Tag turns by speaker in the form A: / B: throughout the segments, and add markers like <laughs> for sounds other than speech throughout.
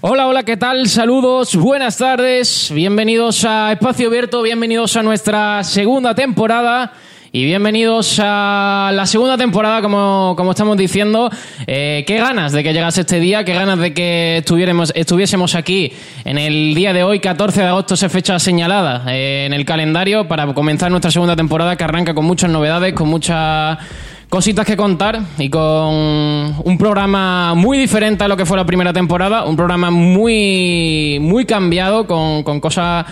A: Hola, hola, ¿qué tal? Saludos, buenas tardes, bienvenidos a Espacio Abierto, bienvenidos a nuestra segunda temporada y bienvenidos a la segunda temporada, como, como estamos diciendo. Eh, qué ganas de que llegase este día, qué ganas de que estuviéramos, estuviésemos aquí en el día de hoy, 14 de agosto, se fecha señalada eh, en el calendario para comenzar nuestra segunda temporada que arranca con muchas novedades, con muchas cositas que contar y con un programa muy diferente a lo que fue la primera temporada, un programa muy, muy cambiado, con, con cosas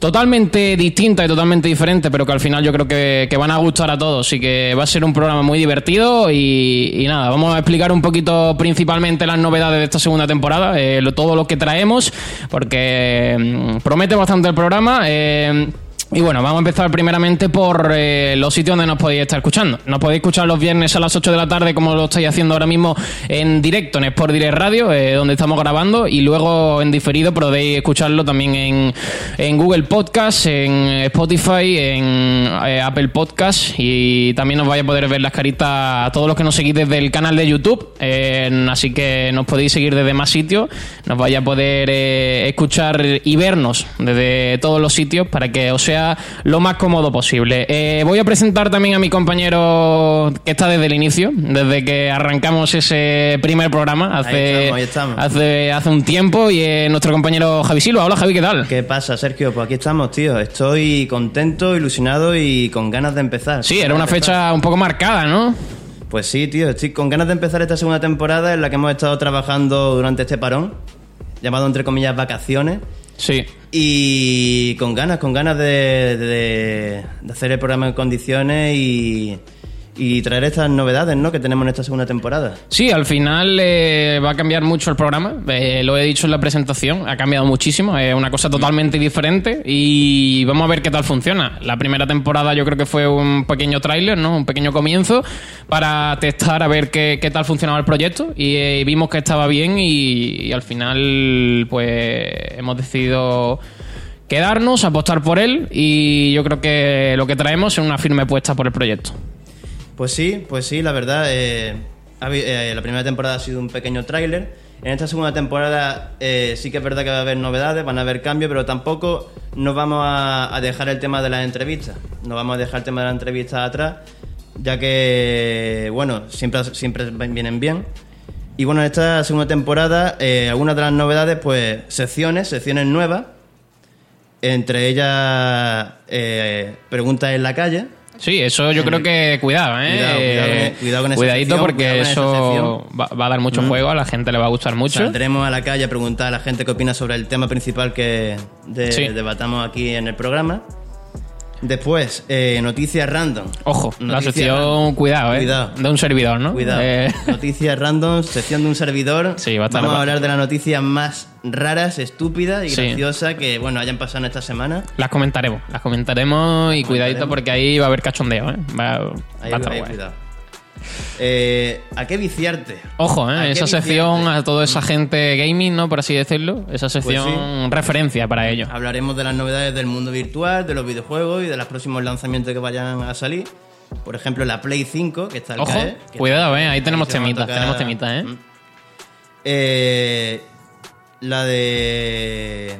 A: totalmente distintas y totalmente diferentes, pero que al final yo creo que, que van a gustar a todos y que va a ser un programa muy divertido y, y nada, vamos a explicar un poquito principalmente las novedades de esta segunda temporada, eh, lo- todo lo que traemos, porque mm, promete bastante el programa. eh, y bueno, vamos a empezar primeramente por eh, los sitios donde nos podéis estar escuchando. Nos podéis escuchar los viernes a las 8 de la tarde, como lo estáis haciendo ahora mismo en directo en Sport Direct Radio, eh, donde estamos grabando, y luego en diferido podéis escucharlo también en, en Google Podcast, en Spotify, en eh, Apple Podcast, y también os vais a poder ver las caritas a todos los que nos seguís desde el canal de YouTube. eh, así que nos podéis seguir desde más sitios, nos vais a poder eh, escuchar y vernos desde todos los sitios para que os sea lo más cómodo posible. Eh, voy a presentar también a mi compañero que está desde el inicio, desde que arrancamos ese primer programa hace,
B: estamos, ahí estamos.
A: hace, hace un tiempo, y es nuestro compañero Javi Silva. Hola Javi, ¿qué tal?
B: ¿Qué pasa, Sergio? Pues aquí estamos, tío. Estoy contento, ilusionado y con ganas de empezar.
A: Sí, era una fecha un poco marcada, ¿no?
B: Pues sí, tío. Estoy con ganas de empezar esta segunda temporada en la que hemos estado trabajando durante este parón, llamado entre comillas vacaciones.
A: Sí.
B: Y con ganas, con ganas de, de- de hacer el programa en condiciones y, y traer estas novedades, ¿no? Que tenemos en esta segunda temporada.
A: Sí, al final eh, va a cambiar mucho el programa. Eh, lo he dicho en la presentación, ha cambiado muchísimo. Es una cosa totalmente diferente y vamos a ver qué tal funciona. La primera temporada yo creo que fue un pequeño tráiler, ¿no? Un pequeño comienzo para testar a ver qué, qué tal funcionaba el proyecto y eh, vimos que estaba bien y, y al final pues hemos decidido quedarnos, apostar por él y yo creo que lo que traemos es una firme apuesta por el proyecto.
B: Pues sí, pues sí, la verdad. eh, ha habi- eh, la primera temporada ha sido un pequeño tráiler. En esta segunda temporada eh, sí que es verdad que va a haber novedades, van a haber cambios, pero tampoco nos vamos a, a dejar el tema de las entrevistas. No vamos a dejar el tema de las entrevistas atrás, ya que, bueno, siempre, siempre vienen bien. Y bueno, en esta segunda temporada, eh, algunas de las novedades, pues secciones, secciones nuevas. Entre ellas, eh, preguntas en la calle.
A: Sí, eso yo creo que cuidado, ¿eh?
B: Cuidado, cuidado con-
A: Eh,
B: cuidado con esa
A: Cuidadito
B: sección,
A: porque
B: cuidado con esa Mm.
A: eso va, va a dar mucho juego, a la gente le va a gustar mucho.
B: Saldremos a la calle a preguntar a la gente qué opina sobre el tema principal que de-
A: Sí.
B: debatamos aquí en el programa. Después, eh, noticias random.
A: Ojo, la
B: Noticias
A: sección,
B: random.
A: cuidado, ¿eh?
B: Cuidado.
A: De un servidor, ¿no?
B: Cuidado.
A: Eh,
B: <laughs> Noticias random, sección de un servidor.
A: Sí, va a estar-
B: Vamos a hablar de las noticias más raras, estúpidas y
A: Sí.
B: graciosas que, bueno, hayan pasado en esta semana.
A: las comentaremos, las comentaremos y cuidadito porque ahí va a haber cachondeo, ¿eh? Va, va
B: Ahí,
A: a estar
B: ahí,
A: guay.
B: cuidado. Eh, ¿A qué viciarte?
A: Ojo,
B: ¿A
A: ¿eh?
B: qué
A: esa sección
B: viciarte?
A: a toda esa gente gaming, ¿no? Por así decirlo.
B: Pues
A: Esa sección referencia para ello.
B: Hablaremos de las novedades del mundo virtual, de los videojuegos y de los próximos lanzamientos que vayan a salir. Por ejemplo, la Play 5, que está al
A: Ojo,
B: caer, que
A: cuidado, ¿eh? Ahí tenemos
B: se va a
A: temitas,
B: tocar-
A: tenemos temitas, ¿eh?
B: Mm. Eh, la de.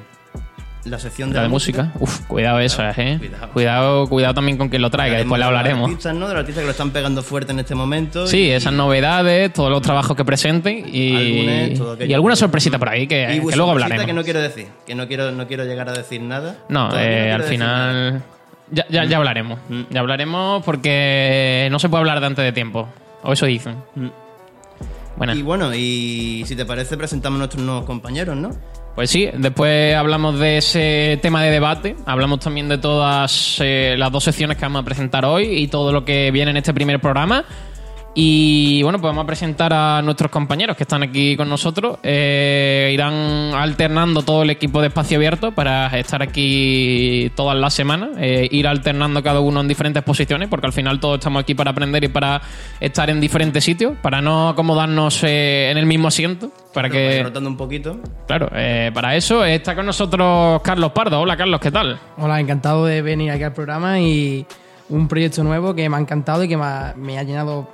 B: La sección de.
A: La de música. Uf, cuidado esas, ¿eh?
B: cuidado.
A: Cuidado, cuidado también con quien lo traiga, después le
B: De los
A: hablaremos.
B: artistas, ¿no? De los artistas que lo están pegando fuerte en este momento.
A: Sí,
B: y-
A: esas novedades, todos los trabajos que presenten y,
B: Algunas, todo aquello.
A: y alguna sorpresita por ahí que,
B: y
A: eh, que
B: cosita
A: luego hablaremos.
B: que no quiero decir, que no quiero, no quiero llegar a decir nada.
A: no,
B: Todavía
A: eh,
B: quiero
A: al
B: decir nada. Mm.
A: final ya, ya, ya hablaremos. Ya hablaremos porque no se puede hablar de antes de tiempo. O eso dicen. Bueno,
B: Mm. Y bueno, y si te parece, presentamos a nuestros nuevos compañeros, ¿no?
A: pues sí, después hablamos de ese tema de debate, hablamos también de todas eh, las dos secciones que vamos a presentar hoy y todo lo que viene en este primer programa. Y bueno, pues vamos a presentar a nuestros compañeros que están aquí con nosotros. Eh, irán alternando todo el equipo de espacio abierto para estar aquí todas las semanas. Eh, ir alternando cada uno en diferentes posiciones, porque al final todos estamos aquí para aprender y para estar en diferentes sitios, para no acomodarnos eh, en el mismo asiento. Para que.
B: Rotando un poquito.
A: Claro, eh, para eso está con nosotros Carlos Pardo. Hola Carlos, ¿qué tal?
C: Hola, encantado de venir aquí al programa y un proyecto nuevo que me ha encantado y que me ha, me ha llenado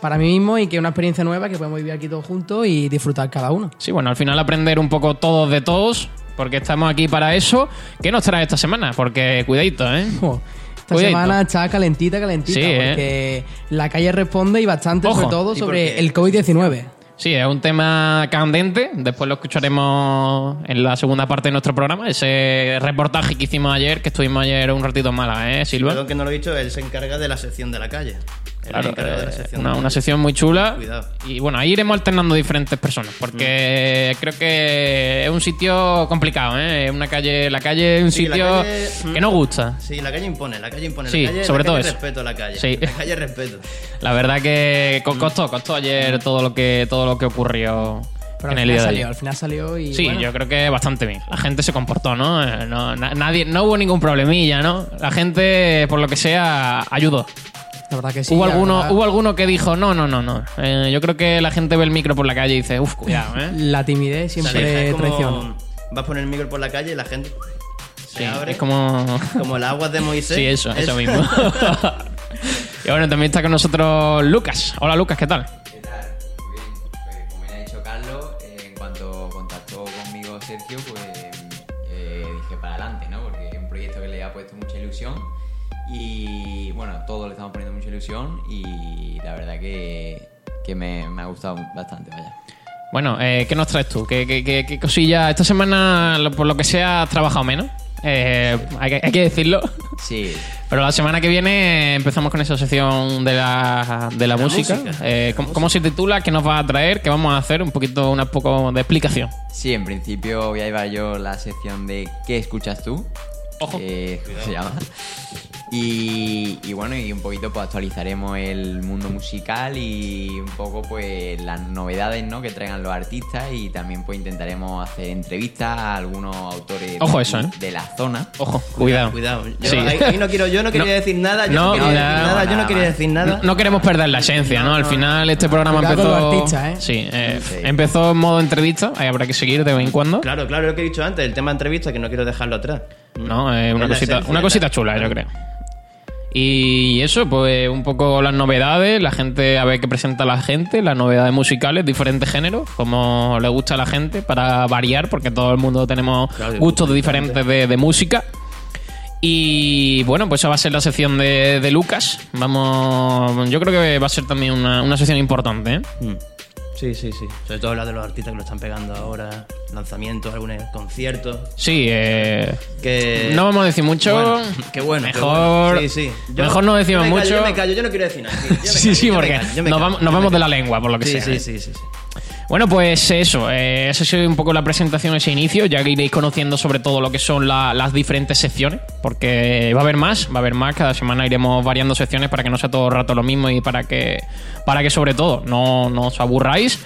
C: para mí mismo y que es una experiencia nueva que podemos vivir aquí todos juntos y disfrutar cada uno.
A: Sí, bueno, al final aprender un poco todos de todos, porque estamos aquí para eso. ¿Qué nos trae esta semana? Porque cuidadito, ¿eh?
C: Jo, Esta
A: Cuidadito.
C: semana está calentita, calentita,
A: Sí, ¿eh?
C: porque la calle responde y bastante,
A: Ojo.
C: sobre todo,
B: Y
C: sobre
B: porque-
C: el COVID-19.
A: Sí, es un tema candente. Después lo escucharemos en la segunda parte de nuestro programa. Ese reportaje que hicimos ayer, que estuvimos ayer un ratito en mala, ¿eh, Silva?
B: Perdón que no lo he dicho, él se encarga de la sección de la calle. Él
A: Claro,
B: es encargado de la
A: eh,
B: sección
A: una,
B: de la
A: una
B: calle.
A: sección muy chula.
B: Cuidado.
A: Y bueno, ahí iremos alternando diferentes personas, porque
C: Mm.
A: creo que es un sitio complicado, ¿eh? Es Una calle, la calle es un
B: Sí, la
A: sitio
B: calle-
C: mm.
A: que no gusta.
B: Sí, la calle impone, la calle impone.
A: Sí,
B: la calle,
A: sobre
B: la
A: todo
B: calle
A: eso.
B: respeto a la calle.
A: Sí.
B: La calle respeto.
A: La verdad que
C: Mm.
A: co- costó, costó ayer todo lo que, todo lo que ocurrió
C: Pero
A: en
C: al
A: el día de
C: final salió,
A: ayer.
C: al final salió y
A: Sí,
C: bueno,
A: yo creo que bastante bien. La gente se comportó, ¿no? Eh, No, na- nadie, no hubo ningún problemilla, ¿no? La gente, por lo que sea, ayudó.
C: la verdad que sí.
A: hubo,
C: la
A: alguno,
C: verdad,
A: hubo alguno que dijo, no, no, no, no. Eh, yo creo que la gente ve el micro por la calle y dice, uff, cuidado, ¿eh?
C: La timidez
B: O sea,
C: siempre
B: es como-
C: traiciona.
B: Vas por el micro por la calle y la gente se
A: Sí,
B: abre.
A: es como...
B: como las aguas de Moisés.
A: Sí, eso, eso mismo. <laughs> y bueno, también está con nosotros Lucas. Hola, Lucas, ¿qué tal?
D: ¿Qué tal? Muy bien. Pues, como bien ha dicho Carlos, eh, en cuanto contactó conmigo Sergio, pues eh, dije para adelante, ¿no? Porque es un proyecto que le ha puesto mucha ilusión. Y bueno, todos le estamos poniendo mucha ilusión y la verdad que, que me, me ha gustado bastante, vaya.
A: Bueno, eh, ¿qué nos traes tú? ¿Qué, qué, qué- qué cosilla? Esta semana, lo- por lo que sea, has trabajado menos. Eh, hay, que, hay que decirlo. <laughs>
D: Sí,
A: Pero la semana que viene empezamos con esa sección de la, de la música.
B: música.
A: Eh, ¿cómo, cómo se titula? ¿Qué nos va a traer? ¿Qué vamos a hacer? Un poquito, una poco de explicación.
D: sí, en principio voy a llevar yo la sección de ¿Qué escuchas tú?
A: Ojo.
D: Eh, ¿Cómo se llama? Y, y bueno, y un poquito pues actualizaremos el mundo musical y un poco pues las novedades ¿no? que traigan los artistas y también pues intentaremos hacer entrevistas a algunos autores de
A: Ojo
D: aquí,
A: eso, ¿eh?
D: de la zona.
A: Ojo, cuidado.
B: <laughs> Cuidado. Yo,
A: Sí.
B: ahí- ahí no quiero, yo no
A: <laughs>
B: quería
A: No.
B: decir nada. Yo
A: No,
B: no, quería
A: no,
B: decir nada. Yo
D: nada
B: no quería
D: más.
B: decir
A: No,
B: nada.
A: no queremos perder la esencia, ¿no? Al final este programa
C: Cuidado con
A: empezó...
C: los artistas, ¿eh?
A: Sí, eh,
D: Sí.
A: empezó en modo entrevista, ahí habrá que seguir de vez en cuando.
B: Claro, claro, lo que he dicho antes, el tema de entrevista que no quiero dejarlo atrás.
A: No, eh, una,
B: Es la
A: cosita,
B: esencia,
A: una
B: la-
A: cosita chula, yo creo. Y eso, pues un poco las novedades, la gente, a ver qué presenta la gente, las novedades musicales, diferentes géneros, como le gusta a la gente, para variar, porque todo el mundo tenemos
B: Claro, de
A: gustos
B: gustos
A: diferentes de, de música. Y bueno, pues esa va a ser la sección de, de Lucas. Vamos, yo creo que va a ser también una, una sección importante, ¿eh?
B: Sí, sí, sí. Sobre todo hablar de los artistas que lo están pegando ahora, lanzamientos, algunos conciertos.
A: Sí, eh,
B: Que...
A: no vamos a decir mucho.
B: Bueno, <laughs> qué bueno. qué
A: Mejor,
B: bueno. Sí, sí. Yo-
A: mejor no decimos
B: yo me callo,
A: mucho.
B: yo me callo, yo no quiero decir nada.
A: <laughs>
B: sí, yo me
A: Sí,
B: callo,
A: sí,
B: yo me
A: porque
B: callo, yo me
A: nos
B: callo,
A: vamos,
B: yo
A: nos
B: me
A: vamos de
B: callo.
A: la lengua, por lo que
B: Sí,
A: sea.
B: sí,
A: ¿eh?
B: sí, sí, sí.
A: Bueno, pues eso. eh, esa ha sido un poco la presentación, ese inicio. Ya que iréis conociendo sobre todo lo que son la- las diferentes secciones, porque va a haber más, va a haber más. Cada semana iremos variando secciones para que no sea todo el rato lo mismo y para que, para que sobre todo no, no os aburráis.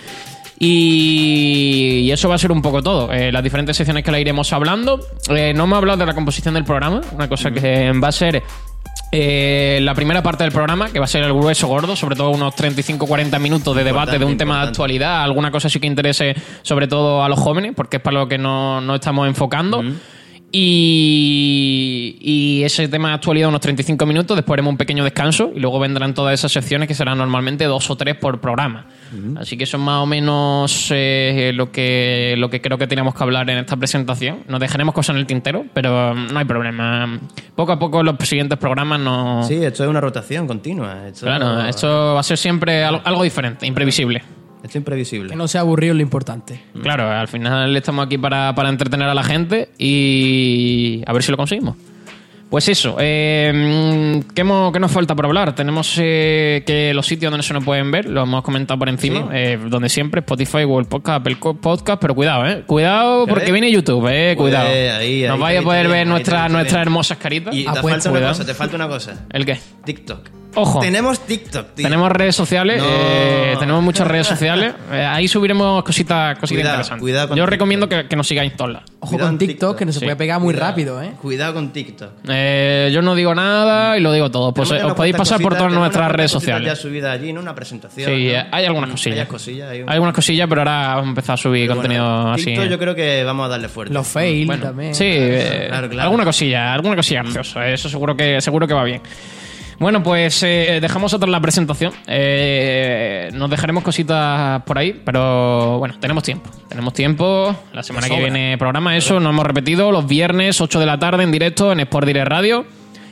A: Y, y eso va a ser un poco todo. Eh, las diferentes secciones que la iremos hablando. Eh, no hemos hablado de la composición del programa, una cosa que va a ser eh, la primera parte del programa, que va a ser el grueso gordo, sobre todo unos 35-40 minutos de debate de un tema de
B: importante.
A: actualidad, alguna cosa sí que interese sobre todo a los jóvenes, porque es para lo que no, no estamos enfocando. Y, y ese tema de actualidad unos 35 minutos, después haremos un pequeño descanso y luego vendrán todas esas secciones que serán normalmente dos o tres por programa. Así que eso es más o menos eh, lo, que, lo que creo que teníamos que hablar en esta presentación. Nos dejaremos cosas en el tintero, pero mm, no hay problema. Poco a poco los siguientes programas no...
B: Sí, esto es una rotación continua. Esto,
A: Claro, esto va a ser siempre al- algo diferente, imprevisible.
B: Esto es imprevisible.
C: Que no sea aburrido es lo importante.
A: Claro, al final estamos aquí para, para entretener a la gente y a ver si lo conseguimos. Pues eso, eh, mm, ¿qué, hemos- qué nos falta por hablar? Tenemos eh, que los sitios donde se nos pueden ver, lo hemos comentado por encima,
B: Sí.
A: eh, donde siempre, Spotify, Google Podcast, Apple Co- Podcast, pero cuidado, ¿eh? Cuidado
B: ¿Qué
A: porque
B: ves?
A: viene YouTube, ¿eh? Cuidado.
B: Eh, ahí, ahí,
A: nos
B: ahí
A: vais a
B: te
A: poder
B: ven,
A: ver
B: ahí
A: nuestras
B: te ven.
A: nuestras hermosas caritas.
B: Y
C: Ah,
B: te
C: pues,
B: falta una
A: cuidado.
B: cosa, te falta una cosa.
A: ¿El qué?
B: TikTok.
A: Ojo.
B: Tenemos TikTok, tío.
A: Tenemos redes sociales,
B: No.
A: eh, tenemos muchas redes
B: <laughs>
A: sociales. eh, ahí subiremos cositas cositas
B: Cuidado,
A: interesantes.
B: cuidado con
A: Yo
B: TikTok.
A: recomiendo que, que nos sigáis todas.
C: Ojo
B: Cuidado
C: con
B: en
C: TikTok,
B: TikTok,
C: que no se
A: sí.
C: puede pegar muy
B: Cuidado.
C: rápido, ¿eh?
B: Cuidado con TikTok.
A: Eh, yo no digo nada y lo digo todo. Pues eh,
B: Tenemos
A: os
B: unas
A: podéis
B: cuantas
A: pasar por
B: cositas,
A: todas
B: tenemos
A: nuestras
B: unas
A: redes
B: cuantas
A: sociales.
B: cositas Ya subida allí, ¿no? Una presentación.
A: Sí,
B: ¿no?
A: eh, hay algunas cosillas.
B: Hay cosillas. Hay, un-
A: Hay algunas cosillas, pero ahora vamos a empezar a subir
B: Pero
A: contenido
B: bueno,
A: así.
B: TikTok
A: eh.
B: yo creo que vamos a darle fuerte.
C: Los fail
A: Bueno,
C: también.
A: sí, eh,
B: claro, Mm. claro.
A: alguna cosilla, alguna cosilla graciosa. Eso seguro que, seguro que va bien. Bueno, pues eh, dejamos atrás la presentación. Eh, nos dejaremos cositas por ahí, pero bueno, tenemos tiempo. Tenemos tiempo. La semana que viene programa, eso, nos hemos repetido. Los viernes, 8 de la tarde, en directo, en Sport Direct Radio.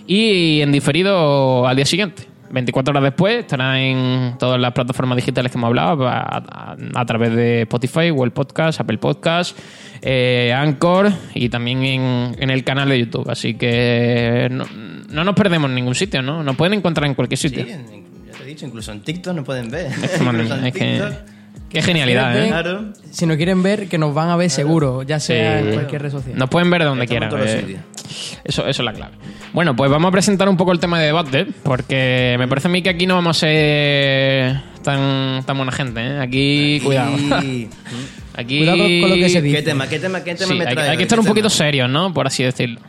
A: Y en diferido al día siguiente. 24 horas después estará en todas las plataformas digitales que hemos hablado, a, a- a través de Spotify, Google Podcast, Apple Podcast, eh, Anchor y también en, en el canal de YouTube. Así que no, no nos perdemos en ningún sitio, ¿no? Nos pueden encontrar en cualquier
B: Sí,
A: sitio.
B: en- ya te he dicho, incluso en TikTok nos pueden ver. <laughs>
A: Es que, man,
B: Incluso en
A: es que-
B: TikTok.
A: qué genialidad,
C: Fíjate,
A: ¿eh?
B: Claro.
C: Si nos quieren ver, que nos van a ver seguro, ya sea
A: Sí.
C: en cualquier red social.
A: Nos pueden ver de donde
B: Estamos
A: quieran.
B: en todos los
A: eh.
B: sitios.
A: Eso, eso es la clave. Bueno, pues vamos a presentar un poco el tema de debate, porque me parece a mí que aquí no vamos a ser tan, tan buena gente, ¿eh? Aquí,
C: <laughs>
A: cuidado. <laughs>
B: Y-
A: Aquí...
C: Cuidado con lo que se dice.
B: ¿Qué tema? ¿Qué tema? ¿Qué Este tema
A: Sí,
B: me
A: hay,
B: traes
A: hay que
B: hoy?
A: estar
B: ¿Qué
A: un poquito
B: tema?
A: serios, ¿no? Por así decirlo.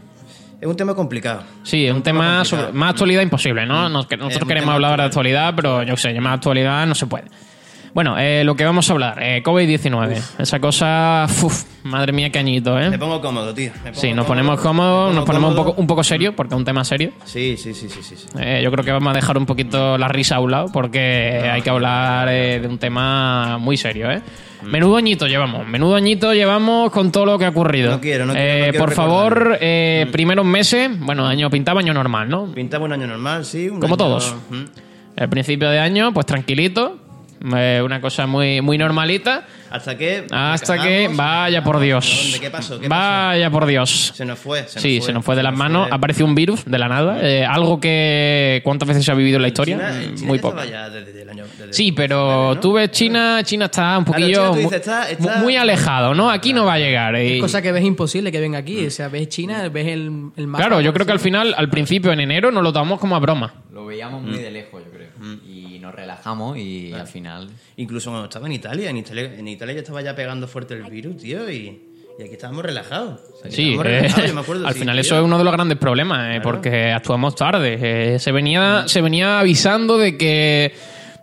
B: Es un tema complicado.
A: Sí, es un tema sobre, más actualidad imposible, ¿no? Nos- que-
B: Mm. Es
A: nosotros
B: un
A: queremos
B: tema
A: hablar de actualidad, pero yo qué sé, llamar actualidad no se puede. Bueno, eh, lo que vamos a hablar, eh, COVID-19. Esa cosa, uf, madre mía, cañito,
B: Me
A: ¿eh?
B: pongo cómodo, tío. Me pongo
A: Sí, nos
B: cómodo.
A: ponemos
B: Me
A: cómodos, nos
B: pongo
A: ponemos un
B: cómodo.
A: poco, un poco serio, porque es un tema serio.
B: Sí, sí, sí, sí, sí. sí.
A: Eh, yo creo que vamos a dejar un poquito la risa a un lado porque hay que hablar eh, de un tema muy serio, ¿eh?
B: Mm.
A: Menudo añito llevamos, menudo añito llevamos con todo lo que ha ocurrido.
B: No quiero, no quiero, no
A: Eh,
B: quiero Mm.
A: por favor,
B: recordarlo.
A: eh, primeros meses, bueno, año pintaba, año normal, ¿no?
B: Pintaba un año normal, sí. un
A: Como
B: año-
A: todos.
B: Mm.
A: El principio de año, pues tranquilito, eh, una cosa muy, muy normalita,
B: Hasta que.
A: hasta
B: nos
A: que,
B: cagamos.
A: vaya por Dios.
B: ¿Dónde? ¿Qué pasó? ¿Qué
A: vaya por Dios.
B: pasó? Se nos fue. Se
A: sí,
B: nos fue,
A: se nos fue de
B: se
A: las manos.
B: fue.
A: Aparece un virus de la nada. eh, algo que. ¿Cuántas veces se ha vivido en la historia? Mm,
B: China- China
A: Muy
B: ya
A: poco.
B: estaba ya desde el año- desde
A: Sí,
B: el-
A: pero
B: ¿no?
A: tú ves China, China está un
B: Claro,
A: poquillo
B: China, tú dices,
A: mu-
B: está- está-
A: muy alejado, ¿no? Aquí no va a llegar. y-
C: Es cosa que ves imposible que venga aquí. O sea, ves China, ves el, el mapa.
A: Claro, yo creo que al final, al principio en enero, nos lo tomamos como a broma.
D: Lo veíamos muy de lejos, yo creo. Y nos relajamos y al final.
B: Incluso cuando estaba en Italia, en Italia, en Italia ya estaba ya pegando fuerte el virus, tío, y, y aquí estábamos relajados. O sea,
A: Sí,
B: estábamos
A: eh,
B: relajados, yo me
A: <laughs>
B: acuerdo,
A: al
B: sí,
A: final
B: tío.
A: eso es uno de los grandes problemas, eh, porque actuamos tarde. Eh, se venía, se venía avisando de que,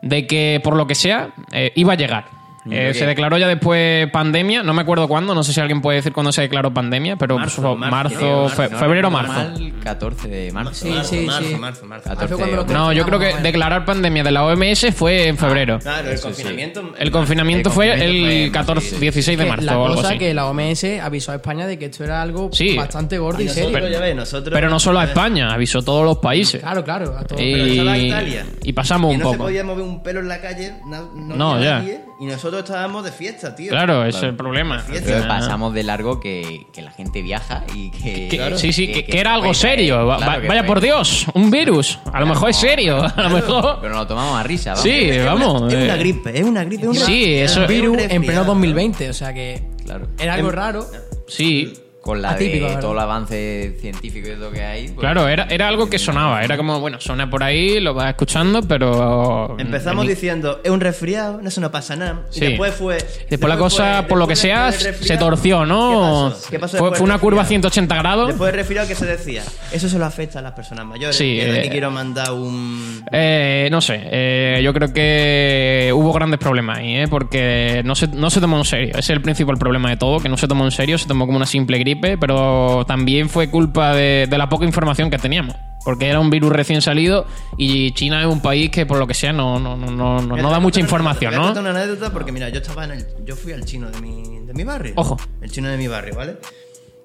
A: de que por lo que sea eh, iba a llegar. Eh,
D: Ok.
A: se declaró ya después pandemia, no me acuerdo cuándo, no sé si alguien puede decir cuándo se declaró pandemia, pero
B: Marzo,
A: pues,
B: marzo,
A: marzo,
B: creo,
A: fe-
B: marzo.
A: febrero, marzo.
D: Mal, 14 de marzo.
C: Sí,
B: marzo,
C: sí, sí.
B: marzo, marzo, marzo.
D: Catorce
C: Fue cuando
D: de
C: lo
D: octubre.
A: No, yo creo que declarar pandemia de la OMS fue en febrero.
B: Ah, Claro, el
D: Eso sí.
B: confinamiento. mm,
A: El confinamiento
D: El
A: fue
D: confinamiento fue
A: el
D: en
A: 14,
D: marzo,
A: 16 de
C: Que
A: marzo
C: la
A: o algo
C: cosa
A: así.
C: que la OMS avisó a España de que esto era algo
A: Sí.
C: bastante gordo
B: Y
C: y
B: nosotros,
C: serio.
B: ya ves, nosotros-
A: Pero no solo a España, avisó a todos los países.
C: Claro, claro, a todos.
A: Y,
B: Pero estaba Italia.
A: y pasamos
B: y
A: un
B: no se
A: poco.
B: podía mover un pelo en la calle, na- no,
A: No,
B: había
A: ya.
B: nadie, y nosotros estábamos de fiesta, tío.
A: Claro, ese es el problema.
B: Así es.
A: Al
D: Pero
A: final, ¿no?
D: pasamos de largo que, que la gente viaja y que.
A: Que- sí, sí, que, que era
D: fue-
A: algo serio. Va-
D: claro
A: va-
D: que
A: vaya
D: fue.
A: por Dios, un virus. A lo mejor es serio. A lo mejor.
D: Pero nos lo tomamos a risa, vamos.
A: Sí, vamos.
B: Es
A: eh.
B: una gripe, es una gripe, es una
A: Sí, eso-
C: El virus en pleno
B: resfriado.
C: 2020, o sea que
D: Claro.
C: era algo
B: Em-
C: raro.
A: Sí.
D: Con la
C: Atípico, la
D: de
C: verdad.
D: todo el avance científico y todo lo que hay. pues,
A: Claro, era, era algo que sonaba. Era como, bueno, suena por ahí, lo vas escuchando, pero.
B: Empezamos
A: en-
B: diciendo, es un resfriado, no se nos pasa nada.
A: Sí.
B: Y después fue.
A: Después la cosa,
B: fue-
A: por lo que
B: después
A: sea,
B: del
A: se
B: resfriado,
A: torció, ¿no?
B: ¿Qué pasó? ¿Qué pasó
A: Fue,
B: después
A: fue una
B: del
A: curva a
B: resfriado?
A: 180 grados.
B: Después del resfriado que se decía, eso solo afecta a las personas mayores.
A: Sí,
B: y desde aquí
A: eh,
B: quiero mandar un.
A: Eh, no sé, eh, yo creo que hubo grandes problemas ahí, ¿eh? porque no se, no se tomó en serio. Ese es el principal problema de todo, que no se tomó en serio, se tomó como una simple gripe, pero también fue culpa de, de la poca información que teníamos. Porque era un virus recién salido y China es un país que, por lo que sea, no, no, no, no, no
B: Voy a
A: da
B: contar
A: mucha
B: una
A: información,
B: anécdota,
A: ¿no?
B: Voy a contar una anécdota porque, mira, yo estaba en el. Yo fui al chino de mi, de mi barrio.
A: Ojo.
B: El chino de mi barrio, ¿vale?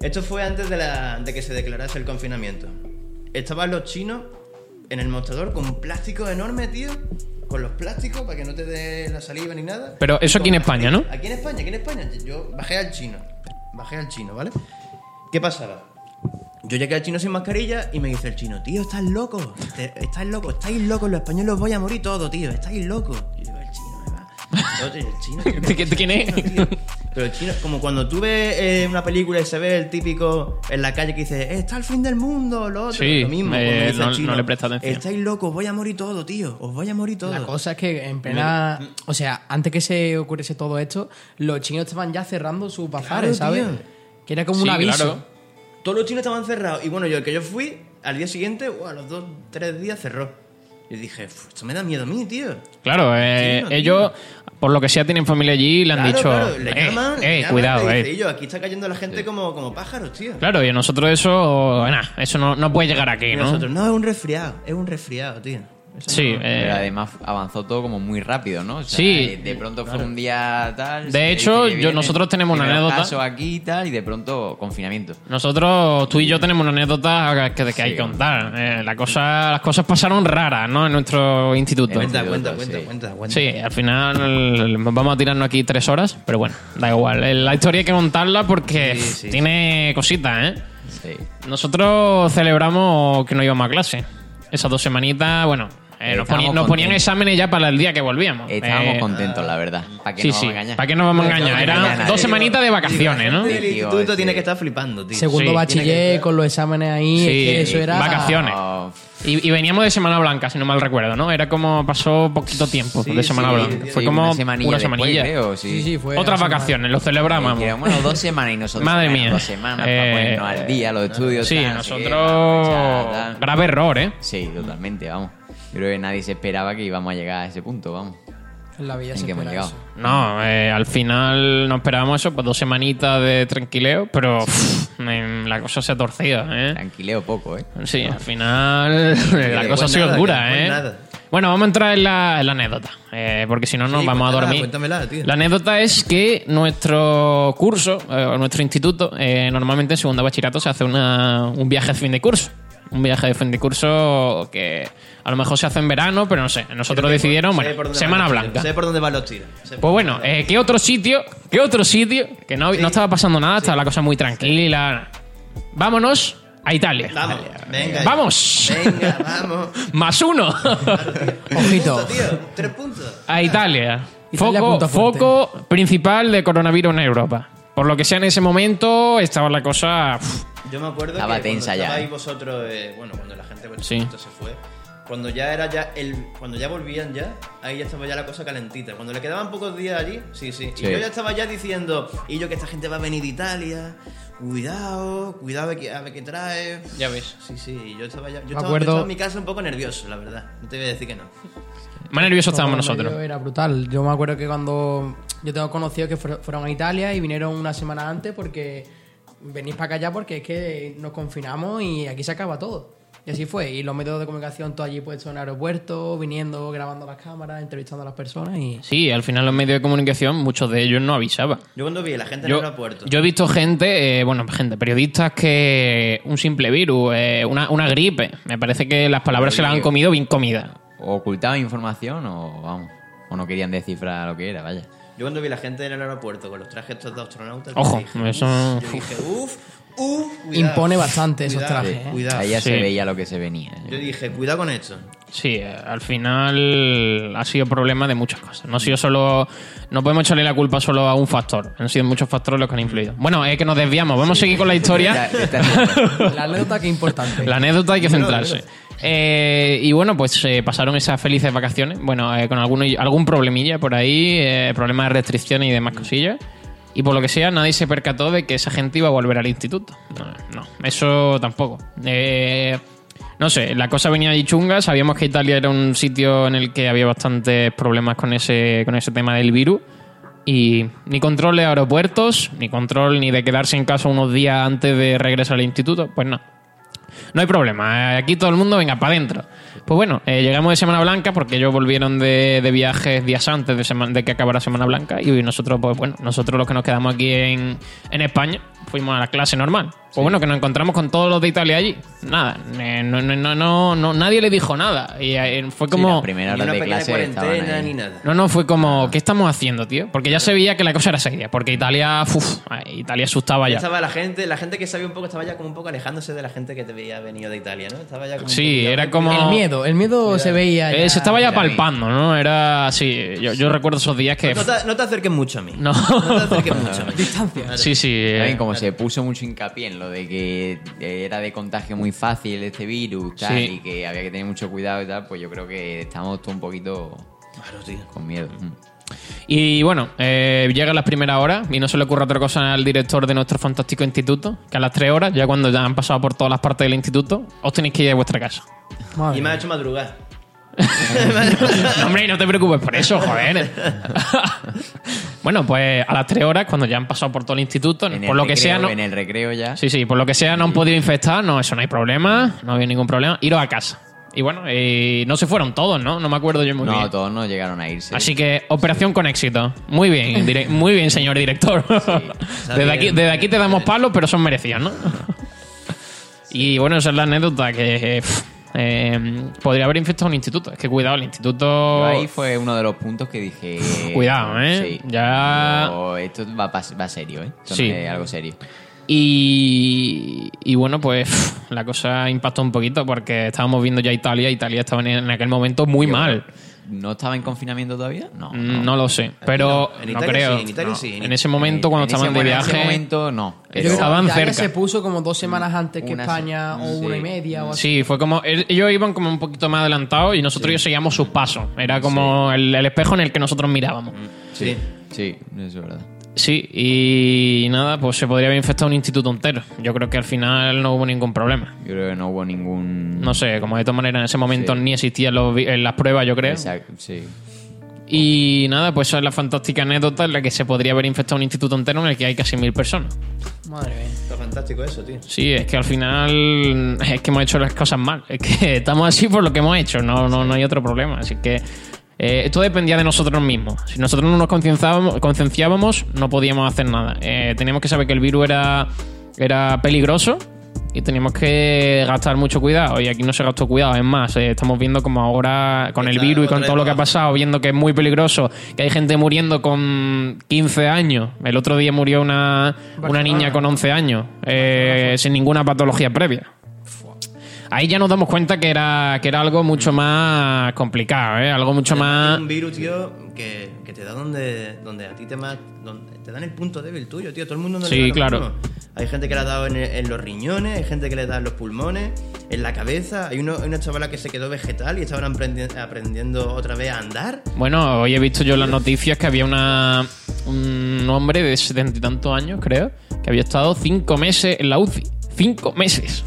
B: Esto fue antes de, la, de que se declarase el confinamiento. Estaban los chinos en el mostrador con un plástico enorme, tío. Con los plásticos para que no te dé la saliva ni nada.
A: Pero eso
B: Con
A: aquí en
B: las
A: España,
B: pastillas.
A: ¿no?
B: Aquí en España, aquí en España. Yo bajé al chino. Bajé al chino, ¿vale? ¿Qué pasaba? Yo llegué al chino sin mascarilla y me dice el chino, tío, estás loco, te- estás loco, estáis locos, los españoles os voy a morir todos, tío, estáis locos. Y yo digo, el chino, me va. Yo, tío,
A: <laughs>
B: el chino, ¿qué me
A: ¿Qui-
B: pasa
A: quién
B: el
A: es?
B: chino, tío? Pero el chino, como cuando tú ves eh, una película y se ve el típico en la calle que dice, está el fin del mundo, lo otro,
A: Sí,
B: lo mismo.
A: eh,
B: pues me dice
A: no-
B: el chino,
A: no le presta atención.
B: Estáis locos, os voy a morir todo, tío, os voy a morir todo.
C: La cosa es que en plena. O sea, antes que se ocurriese todo esto, los chinos estaban ya cerrando sus bazares,
B: Claro,
C: ¿sabes?
B: tío.
C: Que era como
A: Sí,
C: un aviso.
A: claro.
B: Todos los chinos estaban cerrados. Y bueno, yo el que yo fui, al día siguiente, o a los dos, tres días cerró. Y dije, "Uf, esto me da miedo a mí, tío.
A: Claro, eh,
B: Sí, no, tío.
A: ellos, por lo que sea, tienen familia allí y le han
B: Claro,
A: dicho,
B: claro, le
A: eh,
B: llaman,
A: eh,
B: le llaman,
A: cuidado,
B: le
A: eh.
B: dice, "Illo, aquí está cayendo la gente como, como pájaros, tío.
A: Claro, y a nosotros eso, nah, eso no, no puede llegar aquí,
B: Y
A: ¿no?
B: nosotros, no, es un resfriado, es un resfriado, tío. Eso
A: sí,
B: no-
A: eh,
D: Pero además avanzó todo como muy rápido, ¿no? O sea,
A: Sí.
D: eh, De pronto fue un día tal.
A: De
D: se dice
A: hecho,
D: que
A: yo-
D: viene,
A: nosotros tenemos una
D: primeros
A: anécdota.
D: casos aquí y tal, y de pronto confinamiento.
A: Nosotros, tú y yo tenemos una anécdota que, que
D: Sí.
A: hay que contar. Eh, la cosa, las cosas pasaron raras, ¿no? En nuestro instituto.
D: En el-
B: Cuenta, cuenta,
D: sí.
B: cuenta, cuenta, cuenta.
A: Sí, al final vamos a tirarnos aquí tres horas, pero bueno, da igual. Eh, La historia hay que contarla porque
B: Sí,
A: pff,
B: sí,
A: tiene cositas, ¿eh?
D: Sí.
A: Nosotros celebramos que no íbamos a clase. Esas dos semanitas, bueno, eh, nos,
D: Estábamos
A: ponían, nos ponían
D: contentos.
A: exámenes ya para el día que volvíamos.
D: Estábamos
A: Eh,
D: contentos, la verdad. ¿Para qué
A: Sí,
D: nos
A: sí.
D: vamos a engañar?
A: ¿Para qué nos vamos a engañar?
D: no engaña a
A: Eran
D: nadie.
A: dos semanitas de vacaciones, ¿no?
B: Sí, El
D: Tío,
B: instituto
D: ese-
B: tiene que estar flipando, tío.
C: Segundo
A: Sí.
B: Tiene que-
C: bachiller con los exámenes ahí.
A: Sí,
C: es que eso era.
A: vacaciones.
D: Oh,
A: Y, y veníamos de Semana Blanca, si no mal recuerdo, ¿no? Era como pasó poquito tiempo
B: Sí,
A: de Semana
B: sí,
A: Blanca.
B: sí,
A: Ah, Fue como una
D: una
A: semanilla.
D: semanilla. después, creo, sí.
C: Sí, sí, fue.
A: Otras
C: hace
A: vacaciones, lo
D: Eh,
A: celebramos.
D: que eran, bueno, dos semanas y nosotros.
A: <laughs> Madre
D: bueno,
A: mía.
D: Dos semanas
A: Eh,
D: para ponernos al día, los estudios.
A: sí,
D: tal, no sé qué, la fecha,
A: nosotros.
D: tal.
A: Grave error, ¿eh?
D: Sí, totalmente, vamos. Yo Creo que nadie se esperaba que íbamos a llegar a ese punto, vamos.
C: más. En la villa
D: En
C: se
D: que hemos
C: espera
D: llegado.
C: eso.
A: No, eh, al final no esperábamos eso, pues dos semanitas de tranquileo, pero pff, em, la cosa se ha torcido, ¿eh?
D: Tranquileo poco, ¿eh?
A: Sí, al final <laughs> la
B: después
A: cosa ha sido
B: nada,
A: dura,
B: que
A: ¿eh?
B: después nada.
A: Bueno, vamos a entrar en la, en la anécdota, eh, porque si no nos
B: Sí, pues
A: vamos a
B: cuéntala,
A: dormir.
B: cuéntamela, tío.
A: La anécdota es que nuestro curso, eh, o nuestro instituto, eh, normalmente en segundo de bachillerato se hace una- un viaje de fin de curso. Un viaje de fin de curso que a lo mejor se hace en verano, pero no sé. Nosotros decidieron,
B: Sé
A: bueno,
B: por dónde
A: Semana
B: van los tiros,
A: Blanca.
B: Sé por dónde van los tiros. sé por
A: Pues bueno,
B: dónde van
A: eh, ¿qué otro sitio? ¿Qué otro sitio? Que no, no estaba pasando nada, estaba la cosa muy tranquila. Vámonos a Italia.
B: los- Vamos, venga.
A: Vamos.
B: Venga, vamos.
A: <laughs> Más uno.
C: Ojito.
B: Punto, tío, tres puntos.
A: a Italia.
C: Italia
A: Foco,
C: punta fuerte.
A: foco principal de coronavirus en Europa. Por lo que sea, en ese momento estaba la cosa... uf,
B: Yo me acuerdo
D: Estaba
B: que cuando
D: tensa ya,
B: estabais
D: ¿eh?
B: vosotros, eh, bueno, cuando la gente bueno,
A: Sí.
B: esto se fue, cuando ya era ya el, cuando ya volvían ya, ahí ya estaba ya la cosa calentita. Cuando le quedaban pocos días allí, sí, sí.
D: Sí.
B: Y yo ya estaba ya diciendo, y yo que esta gente va a venir de Italia, cuidado, cuidado a ver qué, a ver qué trae.
A: Ya ves.
B: Sí, sí, y yo estaba ya, yo estaba, yo
C: acuerdo-
B: estaba en mi casa un poco nervioso, la verdad. No te voy a decir que no.
A: Más nerviosos estábamos
C: Cuando
A: nosotros.
C: yo Era brutal. Yo me acuerdo que cuando yo tengo conocidos que fuero- fueron a Italia y vinieron una semana antes porque venís para acá ya porque es que nos confinamos y aquí se acaba todo. Y así fue. Y los métodos de comunicación todos allí puestos en aeropuertos, viniendo, grabando las cámaras, entrevistando a las personas y...
A: Sí, al final los medios de comunicación, muchos de ellos no avisaban.
B: Yo cuando vi a la gente en
A: Yo,
B: el aeropuerto.
A: yo he visto gente, eh, bueno, gente, periodistas que un simple virus, eh, una, una gripe, me parece que las palabras se las han
D: Oye.
A: comido bien comida.
D: O ocultaban información o, vamos, o no querían descifrar lo que era, vaya.
B: Yo cuando vi la gente en el aeropuerto con los trajes estos de astronautas.
A: Ojo,
B: dije,
A: eso-
B: Uf, yo dije, uff, uff, cuidado.
C: Impone bastante esos
B: Cuidado,
C: trajes, ¿eh?
B: Cuidado.
D: Ahí ya se
A: Sí.
D: veía lo que se venía. ¿eh?
B: Yo dije, cuidado con esto.
A: Sí, eh, al final ha sido problema de muchas cosas. No ha sido solo. No podemos echarle la culpa solo a un factor. Han sido muchos factores los que han influido. Bueno, es que nos desviamos. Vamos a seguir con la historia.
D: Ya-
A: <laughs>
D: ya está-
C: La anécdota que es importante.
A: La anécdota hay que
B: Bueno,
A: centrarse. Eh, y bueno, pues eh, pasaron esas felices vacaciones. Bueno, eh, con algún, algún problemilla por ahí, eh, problemas de restricciones y demás cosillas. Y por lo que sea, nadie se percató de que esa gente iba a volver al instituto. No, no, eso tampoco. Eh, no sé, la cosa venía ahí chunga. Sabíamos que Italia era un sitio en el que había bastantes problemas con ese, con ese tema del virus. Y ni control de aeropuertos, ni control ni de quedarse en casa unos días antes de regresar al instituto. Pues no. No hay problema, eh, aquí todo el mundo venga para adentro. Pues bueno, eh, llegamos de Semana Blanca porque ellos volvieron de, de viajes días antes de, sema- de que acabara Semana Blanca y nosotros, pues bueno, nosotros los que nos quedamos aquí en, en España fuimos a la clase normal. Pues bueno, que nos encontramos con todos los de Italia allí. Nada, eh, no, no, no, no, no- nadie le dijo nada. Y eh, fue
D: Sí,
A: como...
D: las primeras
B: ni una
D: horas de
B: pequeña
D: clase estaban
B: cuarentena
D: ahí.
B: ni nada.
A: No, no, fue como, ¿qué estamos haciendo, tío? Porque ya se veía que la cosa era seria, porque Italia, uf, ay, Italia asustaba ya.
B: Estaba la gente, la gente que sabía un poco estaba ya como un poco alejándose de la gente que te veía venido de Italia, ¿no? Estaba ya como un
A: Sí,
B: poquillo-
A: era como...
C: El miedo, el miedo se veía.
A: Eh,
C: ya-
A: se estaba ya
D: mira,
A: palpando, ¿no? Era así. Yo, yo recuerdo esos días que.
B: No te, no te acerques mucho a mí.
A: No.
B: No te acerques mucho a
C: <laughs>
B: mí. Distancia.
A: Sí, sí. eh,
D: También como se puso mucho hincapié en lo de que eh, era de contagio muy fácil este virus tal,
A: Sí.
D: y que había que tener mucho cuidado y tal, pues yo creo que estamos todos un poquito
B: Claro, tío.
D: con miedo. Mm.
A: Y bueno, eh, llegan las primeras horas y no se le ocurre otra cosa al director de nuestro fantástico instituto, que a las tres horas, ya cuando ya han pasado por todas las partes del instituto, os tenéis que ir a vuestra casa.
C: Madre
B: Y me
C: mía.
B: ha hecho madrugar.
A: No, hombre, no te preocupes por eso, joder.
D: <laughs>
A: bueno, pues a las tres horas, cuando ya han pasado por todo el instituto,
D: En el
A: por lo que
D: recreo,
A: sea, no,
D: En el recreo ya.
A: Sí, sí, por lo que sea no han podido infectar, no, eso no hay problema, no había ningún problema. Iros a casa. Y bueno, y no se fueron todos, ¿no? No me acuerdo yo muy
D: no,
A: bien.
D: todos no llegaron a irse.
A: Así que operación con éxito. Muy bien, dire- muy bien, señor director. <laughs> desde,
B: bien.
A: aquí, desde aquí te damos palos, pero son merecidos,
B: <laughs>
A: ¿no? y bueno, esa es la anécdota que eh, pf, eh, podría haber infectado un instituto. Es que cuidado, el
D: Yo
A: instituto...
D: ahí fue uno de los puntos que dije.
A: <laughs> Cuidado, ¿eh?
D: Sí.
A: Ya-
D: Digo, esto va, pas- va serio, ¿eh? Esto
A: Sí.
D: no es algo serio.
A: Y, y bueno, pues pf, la cosa impactó un poquito porque estábamos viendo ya Italia. Italia estaba en- en aquel momento muy
D: Yo-
A: mal.
D: ¿No estaba en confinamiento todavía? No.
A: Mm, No lo sé, pero
B: En
A: no
B: Italia
A: creo.
B: sí, en Italia
A: No.
B: sí, en
A: En ese momento, cuando
D: En ese-
A: estaban de
D: bueno, En
A: viaje.
D: ese momento, no.
A: Pero-
C: Yo creo que
A: Estaban
C: Italia
A: cerca.
C: se puso como dos semanas antes que
D: Mm, Una se-
C: España, o
D: sí.
C: una y media, o así.
A: Sí, fue como. el- Ellos iban como un poquito más adelantados y nosotros ellos seguíamos sus pasos. Era como el, el espejo en el que nosotros mirábamos.
D: Mm.
B: Sí.
D: Sí, eso es verdad.
A: Sí, y nada, pues se podría haber infectado un instituto entero. Yo creo que al final no hubo ningún problema.
D: Yo creo que no hubo ningún.
A: No sé, como de todas maneras en ese momento
D: Sí.
A: ni existían los vi- eh, las pruebas, yo creo.
D: Exacto, sí.
A: Y nada, pues esa es la fantástica anécdota en la que se podría haber infectado un instituto entero en el que hay casi mil personas.
C: Madre mía.
B: Está fantástico eso, tío.
A: Sí, es que al final es que hemos hecho las cosas mal. Es que <laughs> estamos así por lo que hemos hecho, no, no, no hay otro problema. Así que eh, esto dependía de nosotros mismos. Si nosotros no nos concienzábamos- concienciábamos, no podíamos hacer nada. Eh, teníamos que saber que el virus era, era peligroso y teníamos que gastar mucho cuidado. Y aquí no se gastó cuidado, es más, eh, estamos viendo como ahora con el
B: Está
A: virus y con
B: otra
A: todo lo que ha
B: vez
A: pasado, viendo que es muy peligroso, que hay gente muriendo con 15 años. El otro día murió una, una
C: Barcelona.
A: niña con 11 años, eh, sin ninguna patología previa. Ahí ya nos damos cuenta que era, que era algo mucho más complicado, ¿eh? algo mucho más...
B: un virus, tío, que, que te da donde, donde a ti te más. donde- te dan el punto débil tuyo, tío. Todo el mundo no le
A: Sí,
B: da lo
A: claro.
B: mismo. Hay gente que le ha dado en, en los riñones, hay gente que le da en los pulmones, en la cabeza. Hay, uno, hay una chavala que se quedó vegetal y estaban aprendi- aprendiendo otra vez a andar.
A: Bueno, hoy he visto yo en las noticias que había una, un hombre de setenta y tantos años, creo, que había estado cinco meses en la UCI. Cinco meses.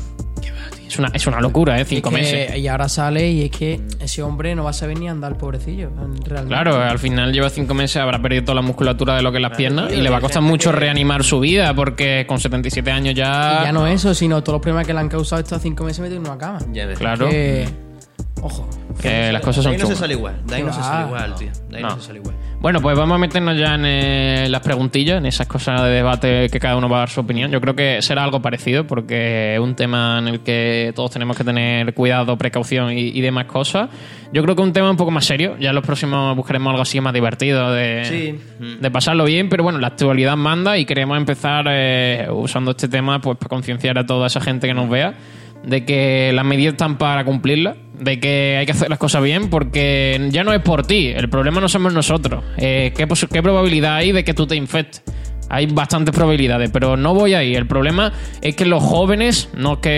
A: Es una, es una locura, ¿eh? Cinco
C: Es que-
A: meses.
C: Y ahora sale y es que
D: Mm.
C: ese hombre no va a saber ni andar, pobrecillo. Realmente.
A: Claro, al final lleva cinco meses, habrá perdido toda la musculatura de lo que es las piernas y
B: tío,
A: le va a
B: hay
A: costar
B: gente
A: mucho
B: que-
A: reanimar su vida porque con 77 años ya...
C: Y ya no eso, sino todos los problemas que le han causado estos cinco meses metido en una cama.
B: Ya ves.
A: Claro, que,
C: Que- Ojo.
A: las cosas
B: De
A: son
B: ahí no se
A: chungas.
B: sale igual, de ahí no se
C: Ah,
B: sale igual, tío. De ahí no,
A: No.
B: se sale igual.
A: Bueno, pues vamos a meternos ya en eh, las preguntillas, en esas cosas de debate que cada uno va a dar su opinión. Yo creo que será algo parecido porque es un tema en el que todos tenemos que tener cuidado, precaución y, y demás cosas. Yo creo que un tema un poco más serio. Ya en los próximos buscaremos algo así más divertido de,
B: Sí.
A: de pasarlo bien, pero bueno, la actualidad manda y queremos empezar eh, usando este tema pues para concienciar a toda esa gente que nos vea de que las medidas están para cumplirlas, de que hay que hacer las cosas bien, porque ya no es por ti, el problema no somos nosotros. Eh, ¿qué, pos- ¿Qué probabilidad hay de que tú te infectes? Hay bastantes probabilidades, pero no voy ahí. El problema es que los jóvenes, no es que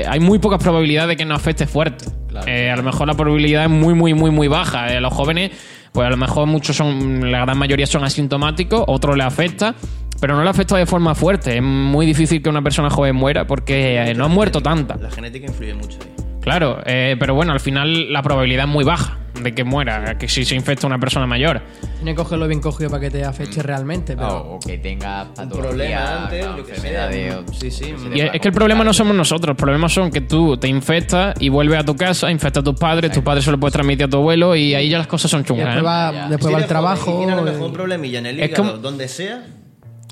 A: eh, hay muy pocas probabilidades de que nos afecte fuerte.
D: Claro.
A: Eh, a lo mejor la probabilidad es muy, muy, muy, muy baja. Eh, los jóvenes, pues a lo mejor muchos son, la gran mayoría son asintomáticos, otros les afecta, pero no le afecta de forma fuerte. Es muy difícil que una persona joven muera porque eh, no han muerto tanta.
B: La genética influye mucho ahí.
A: Claro, eh, pero bueno, al final la probabilidad es muy baja de que muera, que si se infecta una persona mayor.
C: Tienes que cogerlo bien cogido para que te
D: Mm.
C: afecte realmente. Pero...
A: Oh,
D: O, o que tengas
B: Un
D: patología,
B: problema antes,
D: una
B: yo que
D: enfermedad
B: sea.
D: de-
B: Sí, sí.
D: se
B: mm.
A: Y es que el problema no somos nosotros, el problema son que tú te infectas y vuelves a tu casa, infectas a tus padres, tus padres se lo puedes transmitir a tu abuelo y ahí ya las cosas son
C: Y
A: chungas.
C: después
A: ¿eh?
C: va,
D: Ya.
B: Sí,
C: después va al
B: le joder,
C: trabajo. eh.
B: tiene a lo
C: el-
B: mejor un problemilla en el
A: Es
B: hígado,
A: como- Eh,
B: donde sea,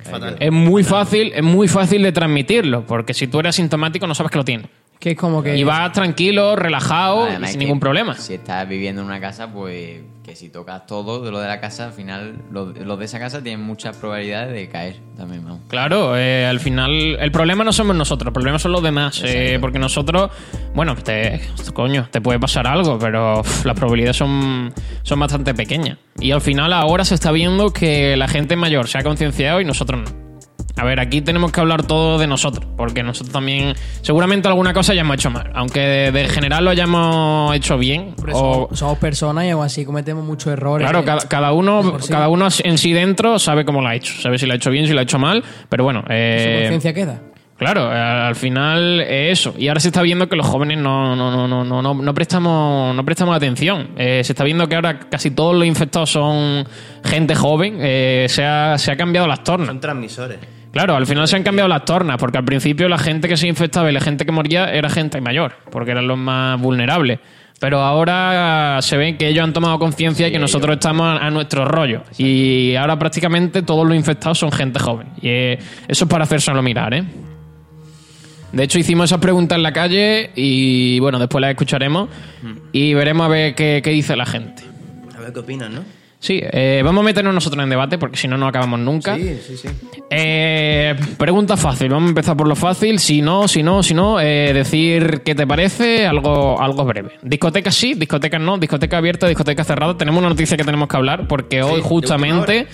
B: fatal.
A: Es muy fácil, es muy fácil de transmitirlo, porque si tú eres asintomático no sabes que lo tienes.
C: Que es como que.
A: Y vas tranquilo, relajado
D: Además,
A: y
D: es
A: oh, sin
D: que
A: ningún problema.
D: Si estás viviendo en una casa, pues que si tocas todo de lo de la casa, al final los los de esa casa tienen muchas probabilidades de caer también, vamos.
A: Claro, eh, al final el problema no somos nosotros, el problema son los demás, eh,
D: Exacto.
A: porque nosotros, bueno, te, coño, te puede pasar algo, pero uf, las probabilidades son, son bastante pequeñas. Y al final ahora se está viendo que la gente mayor se ha concienciado y nosotros no. A ver, aquí tenemos que hablar todo de nosotros, porque nosotros también, seguramente alguna cosa hayamos hecho mal, aunque de, de general lo hayamos hecho bien.
C: Hombre,
A: o-
C: somos, somos personas y aún así cometemos muchos errores.
A: Claro, cada, cada uno,
C: Por sí.
A: cada uno en sí dentro sabe cómo lo ha hecho, sabe si lo ha hecho bien, si lo ha hecho mal, pero bueno,
C: Su
A: eh,
C: conciencia queda.
A: Claro, a- al final es eso. Y ahora se está viendo que los jóvenes no, no, no, no, no, no, no prestamos, no prestamos atención. Eh, se está viendo que ahora casi todos los infectados son gente joven. Eh, se, ha, se ha cambiado las tornas.
B: Son transmisores.
A: Claro, al final se han cambiado las tornas, porque al principio la gente que se infectaba y la gente que moría era gente mayor, porque eran los más vulnerables. Pero ahora se ve que ellos han tomado conciencia y que nosotros estamos a, a nuestro rollo. Y ahora prácticamente todos los infectados son gente joven. Y eh, eso es para hacérselo mirar, ¿eh? De hecho, hicimos esas preguntas en la calle y bueno, después las escucharemos y veremos a ver qué, qué dice la gente.
B: A ver qué opinan, ¿no?
A: Sí, eh, vamos a meternos nosotros en debate porque si no, no acabamos nunca.
B: Sí, sí, sí.
A: Eh, pregunta fácil, vamos a empezar por lo fácil. Si no, si no, si no, eh, decir qué te parece, algo, algo breve. Discotecas sí, discotecas no, discoteca abierta, discoteca cerrada. Tenemos una noticia que tenemos que hablar porque hoy
B: de
A: justamente,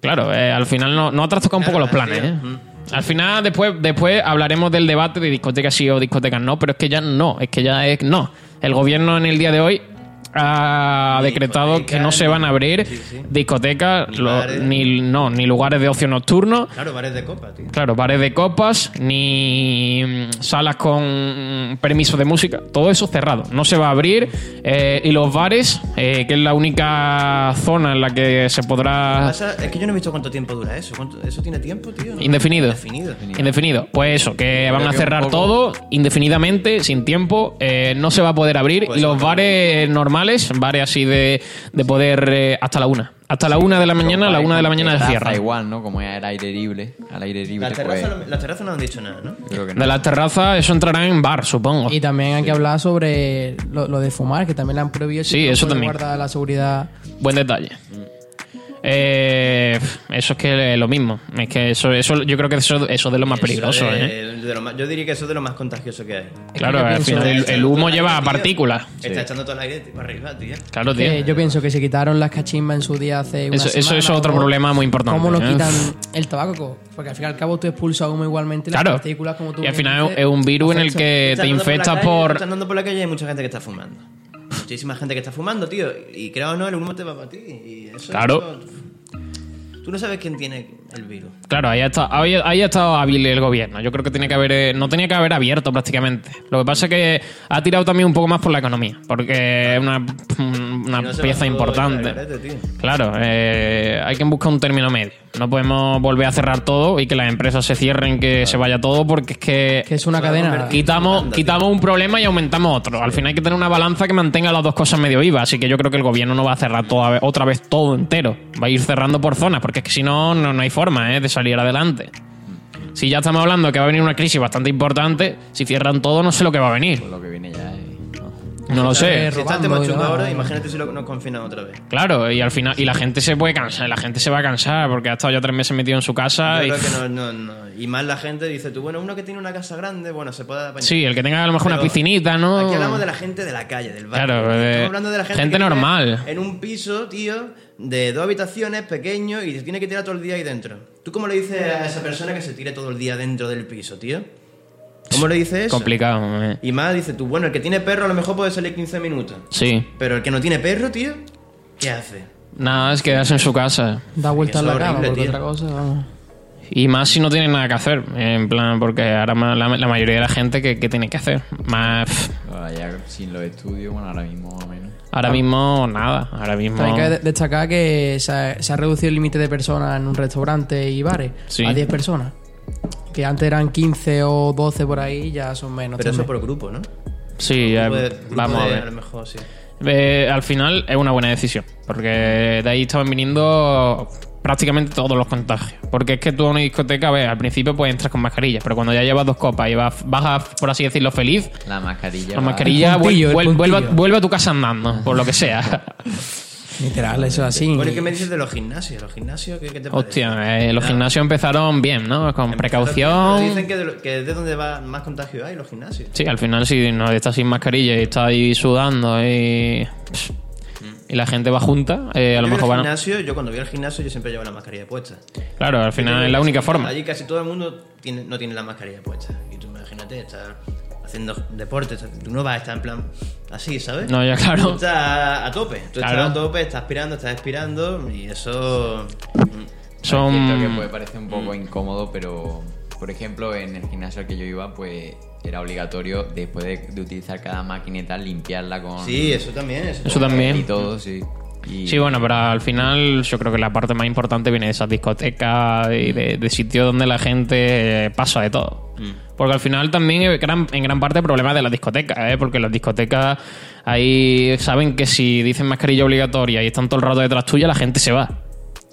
A: claro, eh, al final no, no ha trastocado un poco los
B: Claro,
A: planes.
B: así es.
A: ¿eh? Al final, después, después hablaremos del debate de discotecas sí o discotecas no, pero es que ya no, es que ya es no. El gobierno en el día de hoy ha
B: Ni
A: decretado que
B: discotecas,
A: no se
B: ni-
A: van a abrir
B: sí, sí.
A: discotecas,
B: Ni
A: lo-
B: bares.
A: ni, no, ni lugares de ocio nocturno,
B: Claro, bares de copa, tío.
A: Claro, bares de copas, ni mm, salas con mm, permiso de música, todo eso cerrado, no se va a abrir. eh, y los bares, eh, que es la única zona en la que se
B: Lo que
A: podrá...
B: pasa es que yo no he visto cuánto tiempo dura eso. ¿Cuánto- ¿Eso tiene tiempo, tío? ¿No?
A: Indefinido.
B: Indefinido.
A: Indefinido. Pues eso, que van a
D: que un
A: cerrar
D: poco-
A: todo indefinidamente, sin tiempo, eh, no se va a poder abrir.
B: Pues
A: y los
B: eso,
A: bares normales, bares así de, de poder eh, hasta la una. Hasta la una de la mañana, a la una de la mañana se
D: Terraza
A: cierra.
D: igual, ¿no? Como era aire libre, al aire libre,
B: Las
D: pues,
B: terrazas no- las terrazas no han dicho nada, ¿no?
D: yo creo que no.
A: De las terrazas, eso entrará en bar, supongo.
C: <laughs> Y también hay que hablar sobre lo, lo de fumar, que también le han prohibido.
A: Sí, eso también.
C: Guardar la seguridad.
A: Buen detalle. Eh, eso es que es lo mismo. Es que eso, eso yo creo que eso, eso es de lo más peligroso.
B: Eso
A: ¿eh?
B: de- de lo más- yo diría que eso es de lo más contagioso que hay.
A: Claro,
C: yo
A: al
C: pienso-
A: final el, el humo lleva
B: Tío,
A: partículas. Eh,
B: Está echando todo el aire tío, para arriba, tío.
A: Claro, tío.
C: que Eh, yo pienso que se quitaron las cachimbas en su día hace una
A: Eso- eso-
C: semana,
A: eso es otro
C: ¿cómo-
A: problema muy importante,
C: ¿Cómo nos
A: ¿eh?
C: quitan el tabaco? Porque al fin y al cabo tú expulsas humo igualmente. y
A: Claro.
C: Las partículas, como tú
A: Y al
C: bien
A: final
C: dices,
A: es un virus en el
C: afectan.
A: que
B: Estás
A: te
B: andando
A: infectas
B: la calle,
A: por.
B: Estás andando por la calle y hay mucha gente que está fumando. Muchísima gente que está fumando, tío. Y creo o no, el humo te va para ti. Y eso,
A: Claro.
B: eso- tú no sabes quién tiene el virus.
A: Claro, ahí ha, estado, ahí, ahí ha estado hábil el gobierno. Yo creo que tiene que haber, eh, no tenía que haber abierto prácticamente. Lo que pasa es que ha tirado también un poco más por la economía, porque es una, una
B: Si no se va
A: pieza
B: todo
A: importante.
B: el garete, tío.
A: Claro, eh, hay que buscar un término medio. No podemos volver a cerrar todo y que las empresas se cierren, que se vaya todo, porque es que,
C: Que es una
B: Se va a
C: cadena.
B: convertir-
A: quitamos,
B: Anda,
A: quitamos un problema y aumentamos otro. Al final hay que tener una balanza que mantenga las dos cosas medio vivas. Así que yo creo que el gobierno no va a cerrar toda- otra vez todo entero. Va a ir cerrando por zonas, porque es que si no, no, no hay forma eh, de salir adelante. Si ya estamos hablando que va a venir una crisis bastante importante, si cierran todo, no sé lo que va a venir.
D: Lo que viene ya es... no.
A: No lo sé.
B: Si estás
C: robando
B: te
C: y demás.
B: ahora, imagínate si lo, nos confinan otra vez.
A: Claro, y al final, y la gente se puede cansar, la gente se va a cansar porque ha estado ya tres meses metido en su
B: Yo
A: casa. Y,
B: creo que no, no, no. Y más la gente dice, tú, bueno, uno que tiene una casa grande, bueno, se puede apañar.
A: sí, el que tenga a lo mejor una
B: Pero
A: piscinita, ¿no?
B: Aquí hablamos de la gente de la calle, del barrio.
A: Claro, de-
B: Estamos hablando de la gente,
A: gente
B: que vive
A: normal.
B: En un piso, tío, de dos habitaciones, pequeño, y se tiene que tirar todo el día ahí dentro. ¿Tú cómo le dices a esa persona que se tire todo el día dentro del piso, tío? ¿Cómo le dices eso?
A: Complicado. eh.
B: Y más dice tú, bueno, el que tiene perro a lo mejor puede salir 15 minutos.
A: Sí.
B: Pero el que no tiene perro, tío, ¿qué hace?
A: Nada, es quedarse en su casa.
C: Da vueltas en
B: Eso
C: la
B: es
C: cama,
B: horrible,
C: porque
B: tío.
C: otra cosa, vamos.
A: Y más si no tienen nada que hacer. En plan, porque ahora ma- la, la mayoría de la gente que, tiene que hacer. Más. pff,
D: Ahora ya sin los estudios, bueno, ahora mismo más o menos.
A: Ahora
B: Ah.
A: mismo nada. Ahora mismo.
C: También hay que destacar que se ha, se ha reducido el límite de personas en un restaurante y bares
A: Sí.
C: a 10 personas. Que antes eran 15 o 12 por ahí, ya son menos.
B: Pero eso
C: también.
B: por grupo, ¿no?
A: Sí, ya-
B: Puede- grupo
A: vamos a
B: de-
A: ver.
B: lo mejor, sí.
A: Eh, al final es una buena decisión, porque de ahí estaban viniendo prácticamente todos los contagios. Porque es que tú a una discoteca, a ver, al principio pues entras con mascarilla, pero cuando ya llevas dos copas y vas, vas a, por así decirlo, feliz,
D: La mascarilla.
A: la
D: va-
A: mascarilla
C: El puntillo,
A: vuel-
C: el
A: vuel- vuelve, a-
C: puntillo.
A: vuelve a tu casa andando, por lo que sea. <laughs>
C: Literal, eso es así.
B: Bueno, ¿y qué me dices de los gimnasios? ¿Los gimnasios qué, qué te parece?
A: Hostia, eh, los
B: Ah.
A: gimnasios empezaron bien, ¿no? Con
B: Pero
A: precaución.
B: Dicen que de, lo- que de donde va más contagio hay los gimnasios.
A: Sí, al final si no estás sin mascarilla y estás ahí sudando y... Y la gente va junta, eh, a lo
B: Yo voy
A: mejor
B: al
A: van... a-
B: gimnasio, yo cuando voy al gimnasio yo siempre llevo la mascarilla puesta.
A: Claro, al final es la única forma.
B: Allí casi todo el mundo tiene- no tiene la mascarilla puesta. Y tú imagínate, estás haciendo deporte, estás- tú no vas a estar en plan así, ¿sabes?
A: No, ya claro.
B: Tú estás a tope, tú
A: Claro.
B: estás a tope, estás aspirando, estás expirando y eso...
A: Son... Mm.
D: Cierto que puede parecer un poco incómodo, pero Por ejemplo, en el gimnasio al que yo iba, pues era obligatorio, después de, de utilizar cada maquineta, limpiarla con...
B: Sí, eso también. Eso
A: Eso también.
D: Y todo, sí. Y-
A: Sí, bueno, pero al final yo creo que la parte más importante viene de esas discotecas y de, de sitios donde la gente eh, pasa de todo.
B: Mm.
A: Porque al final también es gran- en gran parte el problema es de las discotecas, ¿eh? porque las discotecas ahí saben que si dicen mascarilla obligatoria y están todo el rato detrás tuya, la gente se va.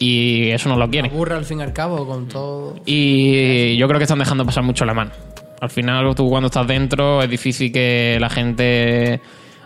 A: Y eso no lo quieren.
C: Burra al fin y al cabo con todo.
A: Y yo creo que están dejando pasar mucho la mano. Al final, tú cuando estás dentro, es difícil que la gente.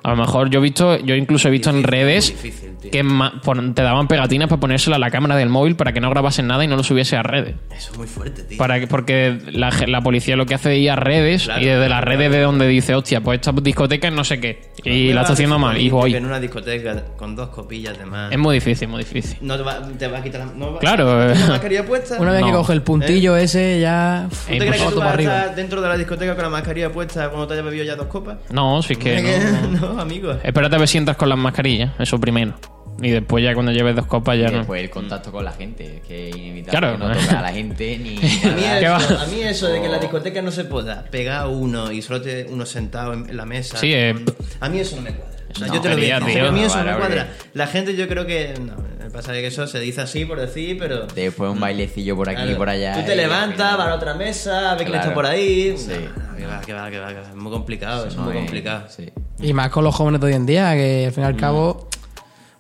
A: A lo mejor yo he visto, yo incluso he visto en redes
B: difícil, tío.
A: que ma- pon- te daban pegatinas para ponérsela a la cámara del móvil para que no grabasen nada y no lo subiese a redes.
B: Eso es muy fuerte, tío.
A: Para que, porque la, ge- la policía lo que hace es ir a redes
B: Claro,
A: y desde las
B: claro,
A: redes de donde dice, hostia, pues esta discoteca es no sé qué. Y la está haciendo mal. Y digo,
B: En
A: "Ay,
B: una discoteca con dos copillas de más.
A: es muy difícil, muy difícil.
B: No te va, te va a quitar la. No va-
A: Claro,
B: ¿tienes
A: eh. <laughs>
B: la mascarilla puesta.
C: Una vez que
A: No.
C: coge el puntillo
B: Eh.
C: ese, ya.
B: ¿Tú
A: Eh,
B: te crees que
A: pues,
B: tú
C: foto
B: vas a
C: para arriba.
B: estar dentro de la discoteca con la mascarilla puesta cuando te hayas bebido ya dos copas?
A: No, si es <laughs>
B: <laughs>
A: que. no- Eh,
B: no, amigos.
A: Espérate a ver si entras con las mascarillas, eso primero. Y después ya cuando lleves dos copas ya
D: Y
A: no.
D: después el contacto con la gente, que es inevitable
A: Claro,
D: que
A: ¿no?
D: no toca a la
A: <laughs>
D: gente ni
B: A mí,
A: ¿Qué
D: nada.
B: eso,
A: va?
B: a mí eso de que en la discoteca no se pueda pegar uno y solo te, uno sentado en en la mesa.
A: Sí, eh,
B: A mí eso no me cuadra. O sea,
A: No,
B: yo te lo voy a
A: tío,
B: decir,
A: tío.
B: A mí eso no
D: Vale,
B: me
D: ok.
B: cuadra. La gente, yo creo que. No, me pasa que eso se dice así por decir, pero.
D: Después un bailecillo por aquí y
B: Claro.
D: por allá.
B: Tú te
D: y-
B: levantas, vas a la otra mesa, ves que le
D: Claro.
B: está por ahí.
D: Sí.
B: No, no, que va, que va, que va, que va. Es muy complicado, es
D: No,
B: muy
D: eh,
B: complicado.
D: sí.
C: Y más con los jóvenes de hoy en día, que al fin y
B: Mm.
C: al cabo,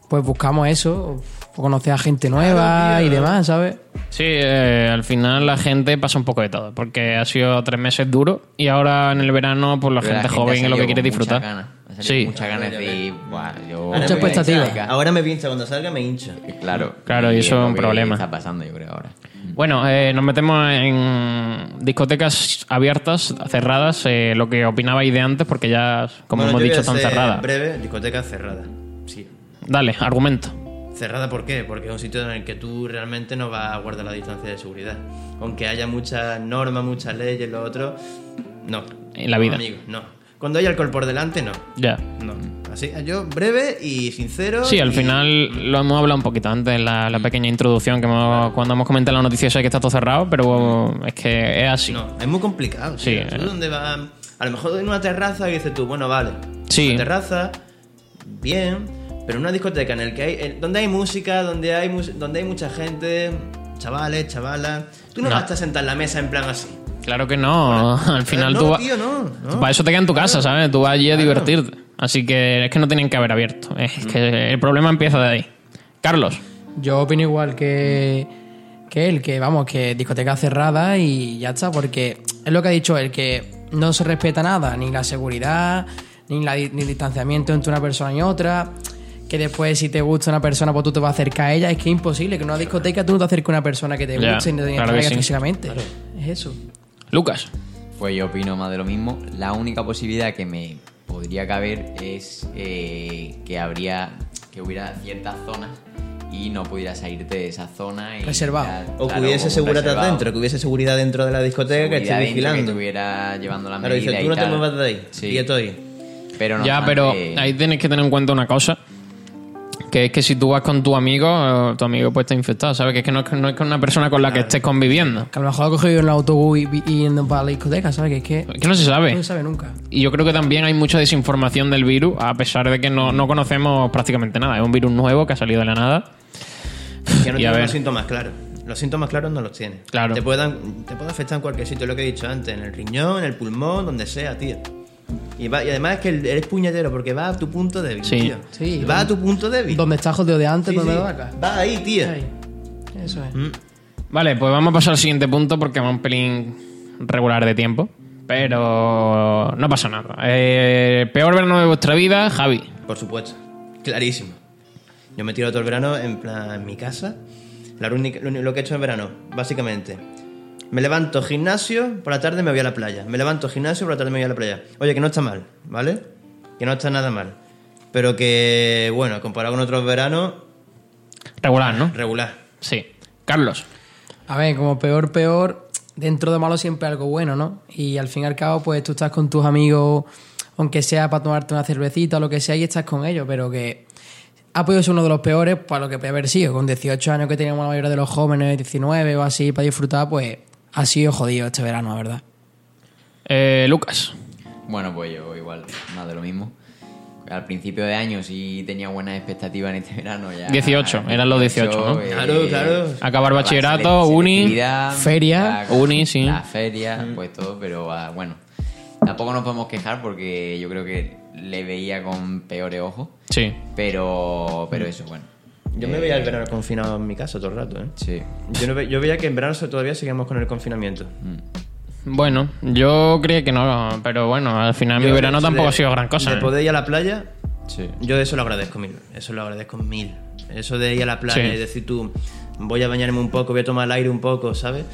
C: pues buscamos eso, o conocer a gente nueva
B: tío.
C: y demás, ¿sabes?
A: Sí, eh, al final la gente pasa un poco de todo, porque ha sido tres meses duro y ahora en el verano pues la,
D: Pero
A: gente, joven es lo que quiere disfrutar.
D: sí.
A: Sí.
D: Muchas ganas de ir.
B: pues,
D: "Buah, yo voy a
C: Mucha
D: ir a
C: expectativa.
D: Metallica".
B: Ahora me pincha, cuando salga me hincha.
D: Claro.
A: pues, Claro, y eso es
D: lo
A: un
D: que
A: problema.
D: Está pasando, yo creo, ahora.
A: Bueno, eh, nos metemos en discotecas abiertas, cerradas, eh, lo que opinabais de antes, porque ya, como
B: Bueno,
A: hemos
B: yo voy
A: dicho,
B: a
A: están
B: ser
A: cerradas.
B: Breve, discoteca cerrada. Sí.
A: Dale, argumento.
B: ¿Cerrada por qué? Porque es un sitio en el que tú realmente no vas a guardar la distancia de seguridad. Aunque haya muchas normas, muchas leyes, lo otro, no.
A: En la vida.
B: Amigo, no. Cuando hay alcohol por delante, no.
A: Ya.
B: No. Así, yo breve y sincero.
A: Sí, al
B: y-
A: final lo hemos hablado un poquito antes en la, la pequeña introducción que hemos- cuando hemos comentado la noticia esa de que está todo cerrado, pero es que es así.
B: No, es muy complicado.
A: Sí,
B: Sí.
A: eh.
B: dónde vas? A lo mejor en una terraza y dices tú, bueno, vale.
A: Sí.
B: Una terraza, bien. Pero en una discoteca en el que hay, en- donde hay música, donde hay, mus- donde hay mucha gente, chavales, chavalas. Tú no,
A: No.
B: vas a sentar en la mesa en plan así.
A: Claro que no. <laughs> Al final
B: no,
A: tú vas.
B: tío, no, no.
A: Para eso te quedas en tu casa, ¿sabes? Tú vas allí a divertirte. Así que es que no tienen que haber abierto.
B: Mm.
A: Es que el problema empieza de ahí. Carlos.
C: Yo opino igual que, que él, que vamos, que discoteca cerrada y ya está, porque es lo que ha dicho él, que no se respeta nada, ni la seguridad, ni, la, di- ni el distanciamiento entre una persona y otra, que después si te gusta una persona, pues tú te vas a acercar a ella, es que es imposible, que en una discoteca tú no te acerques a una persona que te
A: Ya,
C: guste, ni te
A: claro que
C: atraiga
A: sí.
C: físicamente. Es eso.
A: Lucas.
D: Pues yo opino más de lo mismo. La única posibilidad que me podría caber es eh, que habría que hubiera ciertas zonas y no pudieras salirte de esa zona. Y
C: Reservado.
B: O que
D: claro,
B: hubiese
D: como
B: seguridad
D: reservado.
B: dentro, que hubiese seguridad dentro de la discoteca que esté
D: Seguridad dentro, Que
B: vigilando.
D: estuviera llevando la
B: Claro,
D: medida
B: dice,
D: y
B: tú no te
D: tal.
B: muevas de ahí,
D: Sí.
B: quieto ahí.
D: Pero no
A: ya, pero
D: obstante,
A: ahí tienes que tener en cuenta una cosa. Que es que si tú vas con tu amigo, eh, tu amigo pues está infectado, ¿sabes? Que es que no es, no es con una persona con la que estés conviviendo.
C: Que a lo mejor ha cogido en el autobús y, y yendo para la discoteca, ¿sabes? Que es que
A: Es que no se sabe.
C: no se sabe nunca.
A: Y yo creo que también hay mucha desinformación del virus, a pesar de que no, no conocemos prácticamente nada. Es un virus nuevo que ha salido de la nada.
B: Que no
A: Y a
B: tiene
A: ver.
B: los síntomas claros. Los síntomas claros no los tiene.
A: Claro.
B: Te, puedan, te puede afectar en cualquier sitio, lo que he dicho antes, en el riñón, en el pulmón, donde sea, tío. Y, va- y además es que el- eres puñetero porque va a tu punto débil,
A: Sí.
B: tío.
C: Sí,
B: va
C: donde-
B: a tu punto débil.
C: Donde está jodido de antes,
B: Sí,
C: donde
B: sí.
C: va acá.
B: Va ahí, tío.
C: Ahí. Eso es.
A: Vale, pues vamos a pasar al siguiente punto porque va un pelín regular de tiempo. Pero no pasa nada. Eh, peor verano de vuestra vida, Javi.
B: Por supuesto. Clarísimo. Yo me tiro todo el verano en plan en mi casa. La única- lo, uni- lo que he hecho en verano, básicamente. Me levanto gimnasio, por la tarde me voy a la playa. Me levanto gimnasio, por la tarde me voy a la playa. Oye, que no está mal, ¿vale? Que no está nada mal. Pero que, bueno, comparado con otros veranos,
A: Regular, ¿no?
B: regular.
A: Sí. Carlos.
C: A ver, como peor, peor, dentro de malo siempre algo bueno, ¿no? Y al fin y al cabo, pues tú estás con tus amigos, aunque sea para tomarte una cervecita o lo que sea, y estás con ellos, pero que ha podido ser uno de los peores para lo que puede haber sido. Con 18 años que teníamos la mayoría de los jóvenes, 19 o así, para disfrutar, pues ha sido jodido este verano, la verdad.
A: Eh, Lucas.
D: Bueno, pues yo igual, más de lo mismo. Al principio de año sí tenía buenas expectativas en este verano. Ya, eh,
A: 18, eran los 18, ¿no?
B: Claro, claro.
A: Acabar
D: la
A: bachillerato,
D: selec-
A: uni,
D: selectividad,
C: feria,
A: uni, sí.
D: La feria, pues todo, pero ah, bueno. Tampoco nos podemos quejar porque yo creo que le veía con peores ojos.
A: Sí.
D: Pero,
A: Mm.
D: pero eso, bueno.
B: Yo me veía el verano confinado en mi casa todo el rato, ¿eh?
D: Sí.
B: Yo, no ve- yo veía que en verano todavía seguíamos con el confinamiento.
D: Mm,
A: Bueno, yo creía que no, pero bueno, al final mi
B: Yo,
A: verano
B: de-
A: tampoco ha sido gran cosa.
B: De
A: ¿eh?
B: poder ir a la playa,
D: Sí.
B: yo eso lo agradezco mil. Eso lo agradezco mil. Eso de ir a la playa
A: Sí.
B: y decir tú, voy a bañarme un poco, voy a tomar el aire un poco, ¿sabes?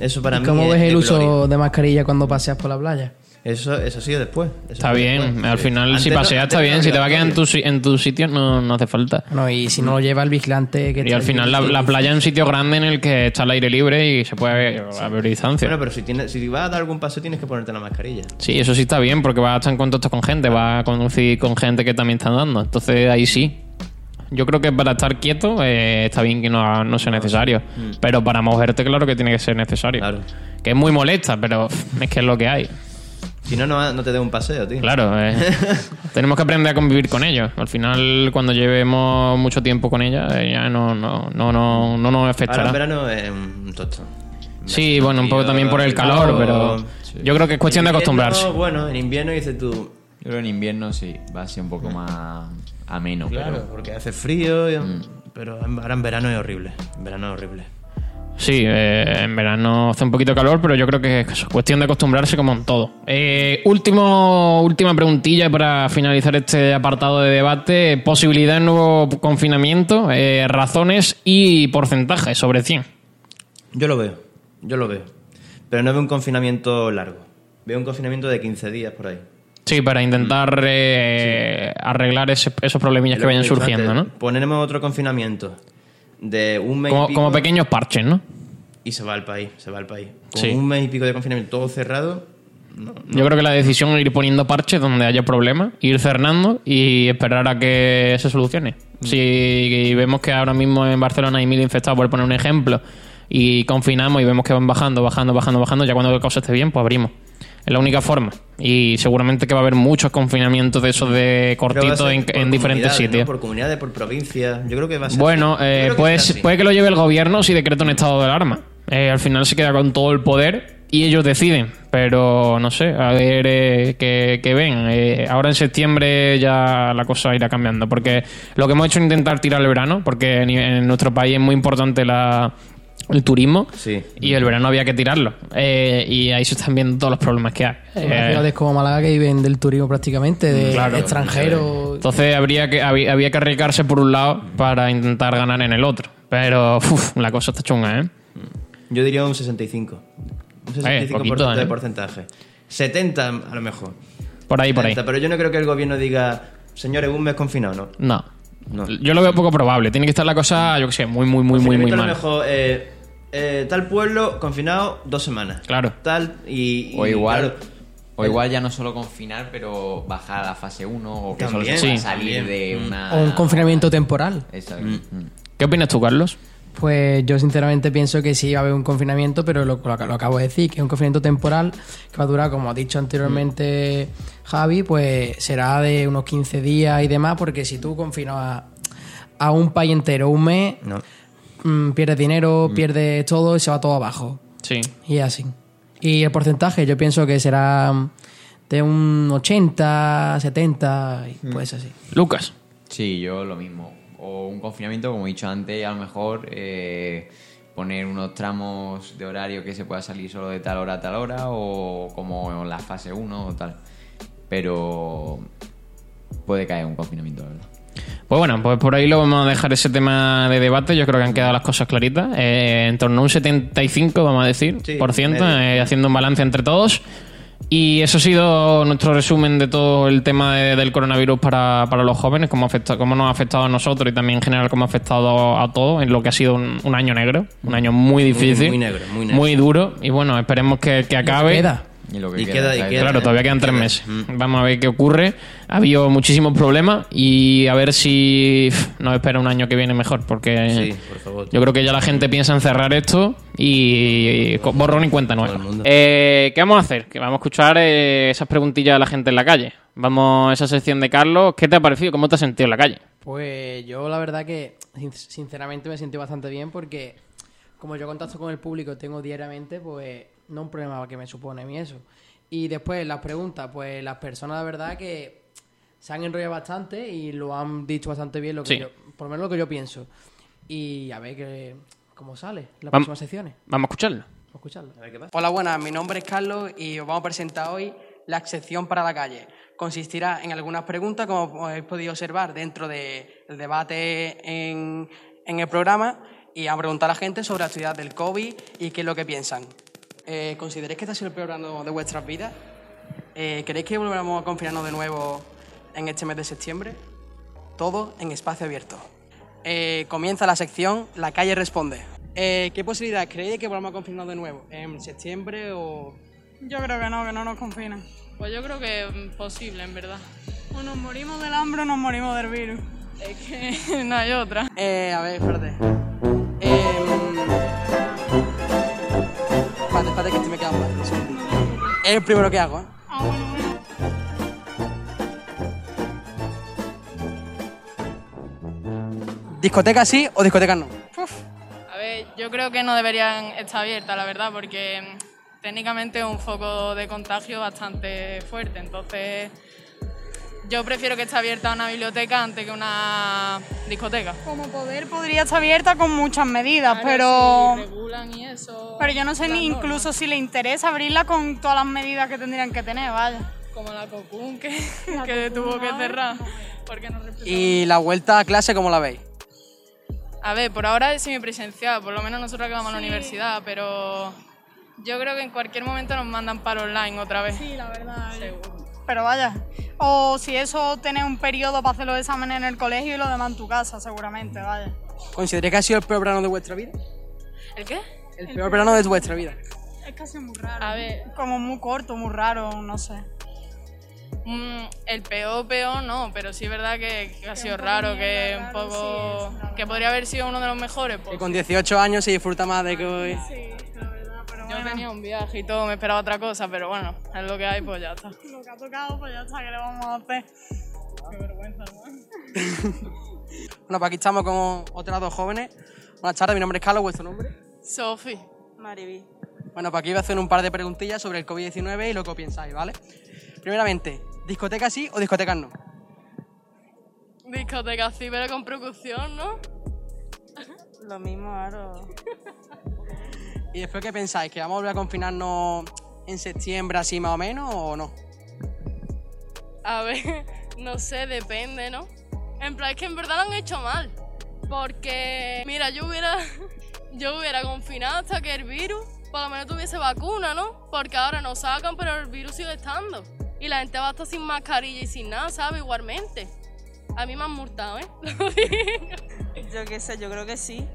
B: Eso para mí
C: ¿Cómo
B: es-
C: ves
B: es
C: el uso
B: gloria.
C: de mascarilla cuando paseas por la playa?
B: Eso, eso ha sido después. Eso
A: Está
B: ha sido
A: bien,
B: después.
A: al
B: Sí.
A: final si
B: Antes no-
A: paseas está
B: antes no
A: bien,
B: era
A: si te va a quedar en tu,
B: obligatorio.
A: si- en tu sitio no, no hace falta.
C: Bueno, y si no lo lleva el vigilante que Eh,
A: Y
C: está
A: al
C: ahí,
A: final la,
C: sí.
A: la playa es un sitio grande en el que está el aire libre y se puede abrir distancia.
B: Bueno, pero si, tienes, si vas a dar algún paso tienes que ponerte la mascarilla.
A: Sí, eso sí está bien porque vas a estar en contacto con gente, vas a conducir con gente que también está andando. Entonces ahí sí. Yo creo que para estar quieto eh, está bien que no, no sea necesario. Pero para moverte, claro que tiene que ser necesario.
B: Mm. Claro.
A: Que es muy molesta, pero es que es lo que hay.
B: Si no, no, no te dé un paseo, tío.
A: Claro, eh, tenemos que aprender a convivir con ellos. Al final, cuando llevemos mucho tiempo con ella, eh, ya no, no, no, no, no nos
B: Ahora en
A: afectará.
B: verano es un tosto.
A: Sí, bueno, un poco también por el calor, pero yo creo que es cuestión de
B: En invierno,
A: acostumbrarse.
B: Bueno, en invierno dices tú,
D: Yo creo que en invierno sí, va a ser un poco más ameno.
B: Claro, porque hace frío, y- pero en- ahora en verano es horrible. En verano es horrible.
A: Sí, eh, en verano hace un poquito de calor, pero yo creo que es cuestión de acostumbrarse como en todo. Eh, último, última preguntilla para finalizar este apartado de debate. Posibilidad de nuevo confinamiento, eh, razones y porcentajes sobre 100.
B: Yo lo veo, yo lo veo. Pero no veo un confinamiento largo. Veo un confinamiento de 15 días por ahí.
A: Sí, para intentar eh, arreglar ese- esos problemillas que
B: Mm. Lo he
A: vayan
B: dicho
A: surgiendo,
B: antes,
A: ¿no?
B: Ponemos otro confinamiento de un mes y
A: Como,
B: pico
A: como pequeños parches, ¿no?
B: y se va al país, se va al país. Con
A: Sí.
B: un mes y pico de confinamiento todo cerrado,
A: Yo creo que la decisión es ir poniendo parches donde haya problemas, ir cerrando y esperar a que se solucione.
B: Mm.
A: Si vemos que ahora mismo en Barcelona hay mil infectados, por poner un ejemplo, y confinamos y vemos que van bajando, bajando, bajando, bajando, ya cuando la cosa esté bien, pues abrimos. Es la única forma. Y seguramente que va a haber muchos confinamientos de esos de
B: Creo que va a
A: cortitos
B: ser
A: en,
B: por
A: en diferentes
B: comunidades,
A: sitios.
B: ¿no? Por comunidades, por provincias. Yo creo que va a ser.
A: Bueno,
B: así. Yo
A: eh,
B: creo que
A: puede,
B: será
A: ser-
B: así.
A: puede que lo lleve el gobierno si decreta un estado de alarma. Eh, al final se queda con todo el poder y ellos deciden. Pero no sé, a ver eh, qué, qué ven. Eh, ahora en septiembre ya la cosa irá cambiando. Porque lo que hemos hecho es intentar tirar el verano, porque en, en nuestro país es muy importante la, el turismo.
B: Sí.
A: Y el verano había que tirarlo. Eh, y ahí se están viendo todos los problemas que hay. Eh,
C: Hay ciudades como Málaga que viven del turismo prácticamente, de
A: Mm, Claro.
C: extranjeros.
A: entonces habría que, había, había que arriesgarse por un lado para intentar ganar en el otro. Pero uf, la cosa está chunga, ¿eh?
B: Yo diría un 65. Un 65%
A: poquito, ¿eh?
B: de porcentaje. 70 a lo mejor.
A: Por ahí, por ahí.
B: 70, Pero yo no creo que el gobierno diga, señores, un mes confinado, ¿no?
A: No.
B: No.
A: Yo lo veo poco probable. Tiene que estar la cosa, yo qué sé, muy, muy, muy, muy, muy
B: Finalmente, a lo
A: mal.
B: mejor, eh, eh, tal pueblo confinado dos semanas.
A: Claro.
B: Tal y. y,
D: O igual,
B: claro,
D: o igual ya no solo confinar, pero bajar a la fase 1 o que solo se
B: También,
D: pueda
A: sí.
D: salir de
B: también. Mm.
D: una.
C: O un confinamiento temporal.
D: Exacto. Mm.
A: ¿Qué opinas tú, Carlos?
C: Pues yo sinceramente pienso que sí va a haber un confinamiento, pero lo, lo ac- lo acabo de decir, que es un confinamiento temporal que va a durar, como ha dicho anteriormente Javi, pues será de unos 15 días y demás, porque si tú confinas a, a un país entero un mes,
B: No.
C: mm, pierdes dinero, pierdes todo y se va todo abajo.
A: Sí.
C: Y así. Y el porcentaje yo pienso que será de un 80, 70, y pues así.
A: Lucas.
D: Sí, yo lo mismo. O un confinamiento, como he dicho antes, a lo mejor eh, poner unos tramos de horario que se pueda salir solo de tal hora a tal hora o como en la fase 1 o tal. Pero puede caer un confinamiento, la verdad.
A: Pues bueno, pues por ahí lo vamos a dejar ese tema de debate. Yo creo que han quedado las cosas claritas. Eh, en torno a un 75, vamos a decir,
B: Sí,
A: por ciento,
B: medio.
A: eh, haciendo un balance entre todos. Y eso ha sido nuestro resumen de todo el tema de- del coronavirus para, para los jóvenes, cómo, afecta, cómo nos ha afectado a nosotros y también en general cómo ha afectado a todos en lo que ha sido un, un año negro, un año muy difícil,
B: muy negro, muy negro.
A: duro. Y bueno, esperemos que, que acabe.
C: queda.
D: Y lo que
B: Y
D: queda,
B: queda- y
D: ¿sabes?
B: queda- Mm.
A: Claro, todavía quedan tres meses. Vamos a ver qué ocurre. Ha habido muchísimos problemas y a ver si pf, nos espera un año que viene mejor, porque
B: Sí, por favor.
A: yo creo que ya la gente piensa en cerrar esto y co- borrón y cuenta nueva.
B: el mundo.
A: Eh, ¿Qué vamos a hacer? Que vamos a escuchar eh, esas preguntillas de la gente en la calle. Vamos a esa sección de Carlos. ¿Qué te ha parecido? ¿Cómo te has sentido en la calle?
C: Pues yo la verdad que sin- sinceramente me sentí bastante bien porque como yo contacto con el público tengo diariamente, pues no un problema que me supone a mí eso. Y después las preguntas, pues las personas la verdad que se han enrollado bastante y lo han dicho bastante bien, lo que
A: Sí.
C: yo- por lo menos lo que yo pienso. Y a ver que, cómo sale las
A: Vam-
C: próximas secciones.
A: Vamos a escucharlo.
C: Vamos a escucharlo.
B: A ver qué pasa.
C: Hola, buenas. Mi nombre es Carlos y os vamos a presentar hoy la sección para la calle. Consistirá en algunas preguntas, como habéis podido observar dentro del debate en, en el programa, y a preguntar a la gente sobre la actividad del COVID y qué es lo que piensan. Eh, ¿Consideráis que este ha sido el peor año de vuestras vidas? Eh, ¿Queréis que volvamos a confinarnos de nuevo en este mes de septiembre? Todo en espacio abierto. Eh, comienza la sección La calle responde. Eh, ¿Qué posibilidad creéis de que volvamos a confinarnos de nuevo? ¿En septiembre o...?
E: Yo creo que no, que no nos confinan.
F: Pues yo creo que mm, posible, en verdad.
E: O nos morimos del hambre o nos morimos del virus.
F: Es que <laughs> no hay otra.
C: Eh, a ver, espérate. Eh, espérate, espérate que te me queda mal. un segundito. Es el primero que hago, ¿eh?
E: Ah, bueno, bueno.
C: ¿Discoteca sí o discoteca no?
F: Uf. A ver, yo creo que no deberían estar abiertas, la verdad, porque mm, técnicamente es un foco de contagio bastante fuerte. Entonces, yo prefiero que esté abierta una biblioteca antes que una discoteca.
E: Como poder podría estar abierta con muchas medidas,
F: Claro, si
E: pero...
F: regulan y eso.
E: Pero yo no sé
F: las
E: ni
F: normas.
E: incluso si le interesa abrirla con todas las medidas que tendrían que tener, vaya.
F: Como la Cocún, que, que tuvo que cerrar. Porque no respetaba.
C: ¿Y la vuelta a clase cómo la veis?
F: A ver, por ahora es semipresencial, por lo menos nosotros que vamos a la universidad, pero yo creo que en cualquier momento nos mandan para online otra vez.
E: Sí, la verdad.
F: Seguro.
E: Pero vaya. O si eso, tener un periodo para hacer los exámenes en el colegio y lo demás en tu casa, seguramente, vaya.
C: ¿Consideráis que ha sido el peor verano de vuestra vida?
F: ¿El qué?
C: El peor verano de vuestra vida.
E: Es casi muy raro.
F: A ver,
E: Ah, Como muy corto, muy raro, no sé.
F: mm, el peor, peor no, pero sí es verdad que, que ha sido
E: poco
F: raro,
E: mierda,
F: que un
E: claro,
F: poco...
E: sí, es raro.
F: que podría haber sido uno de los mejores. pues.
C: Que con 18 años se disfruta más de que hoy.
E: Sí, la verdad, pero
F: Yo tenía un viaje y todo, me esperaba otra cosa, pero bueno, es lo que hay, pues ya está.
E: Lo que ha tocado, pues ya está, ¿qué le vamos a hacer?
C: Bueno, pues aquí estamos con otras dos jóvenes. Buenas tardes, mi nombre es Carlos, ¿vuestro nombre?
F: Sofi,
E: Mariví.
C: Bueno, pues aquí voy a hacer un par de preguntillas sobre el COVID-19 y lo que pensáis, ¿vale? Primeramente, ¿discoteca sí o discotecas no?
F: discoteca sí, pero con percusión, ¿no?
E: Lo mismo, Aro.
C: Y después, ¿qué pensáis? ¿Que vamos a volver a confinarnos en septiembre así más o menos o no?
F: A ver, <laughs> no sé, depende, ¿no? En plan, es que en verdad lo han hecho mal. Porque, mira, yo hubiera, <laughs> yo hubiera confinado hasta que el virus por lo menos tuviese vacuna, ¿no? Porque ahora no sacan, pero el virus sigue estando. Y la gente va a estar sin mascarilla y sin nada, ¿sabes? Igualmente. A mí me han multado, ¿eh? <laughs> Lo digo.
G: Yo qué sé, yo creo que sí,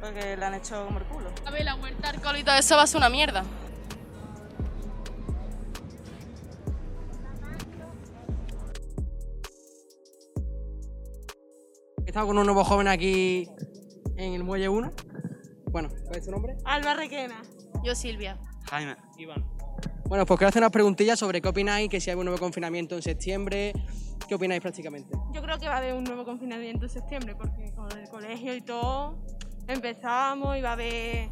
G: porque la han hecho como el culo.
F: a ver, la vuelta al alcohol y todo eso va a ser una mierda.
C: Estamos con un nuevo joven aquí en el Muelle 1. Bueno, ¿cuál es tu nombre?
E: Alba Requena.
F: Yo, Silvia.
H: Jaime.
C: Bueno, pues quiero hacer unas preguntillas sobre qué opináis, que si hay un nuevo confinamiento en septiembre, ¿qué opináis prácticamente?
I: Yo creo que va a haber un nuevo confinamiento en septiembre, porque con el colegio y todo empezamos y va a haber.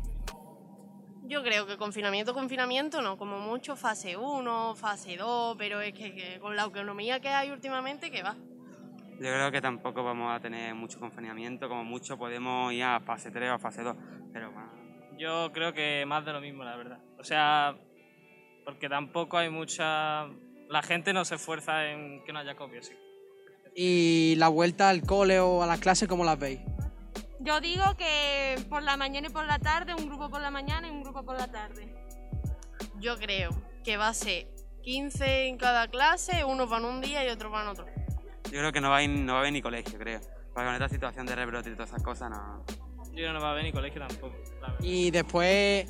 J: Yo creo que confinamiento, confinamiento no, como mucho fase 1, fase 2, pero es que, que con la economía que hay últimamente, que va?
H: Yo creo que tampoco vamos a tener mucho confinamiento, como mucho podemos ir a fase 3 o a fase 2, pero bueno.
K: Yo creo que más de lo mismo, la verdad. O sea, porque tampoco hay mucha... La gente no se esfuerza en que no haya COVID, sí.
C: Y la vuelta al cole o a las clases, ¿cómo las veis?
I: Yo digo que por la mañana y por la tarde, un grupo por la mañana y un grupo por la tarde.
J: Yo creo que va a ser 15 en cada clase, unos van un día y otros van otro.
H: Yo creo que no va a, ir- no va a haber ni colegio, creo. Porque con esta situación de rebrote y todas esas cosas, no.
K: Yo no va a haber ni colegio tampoco, la verdad.
C: Y después,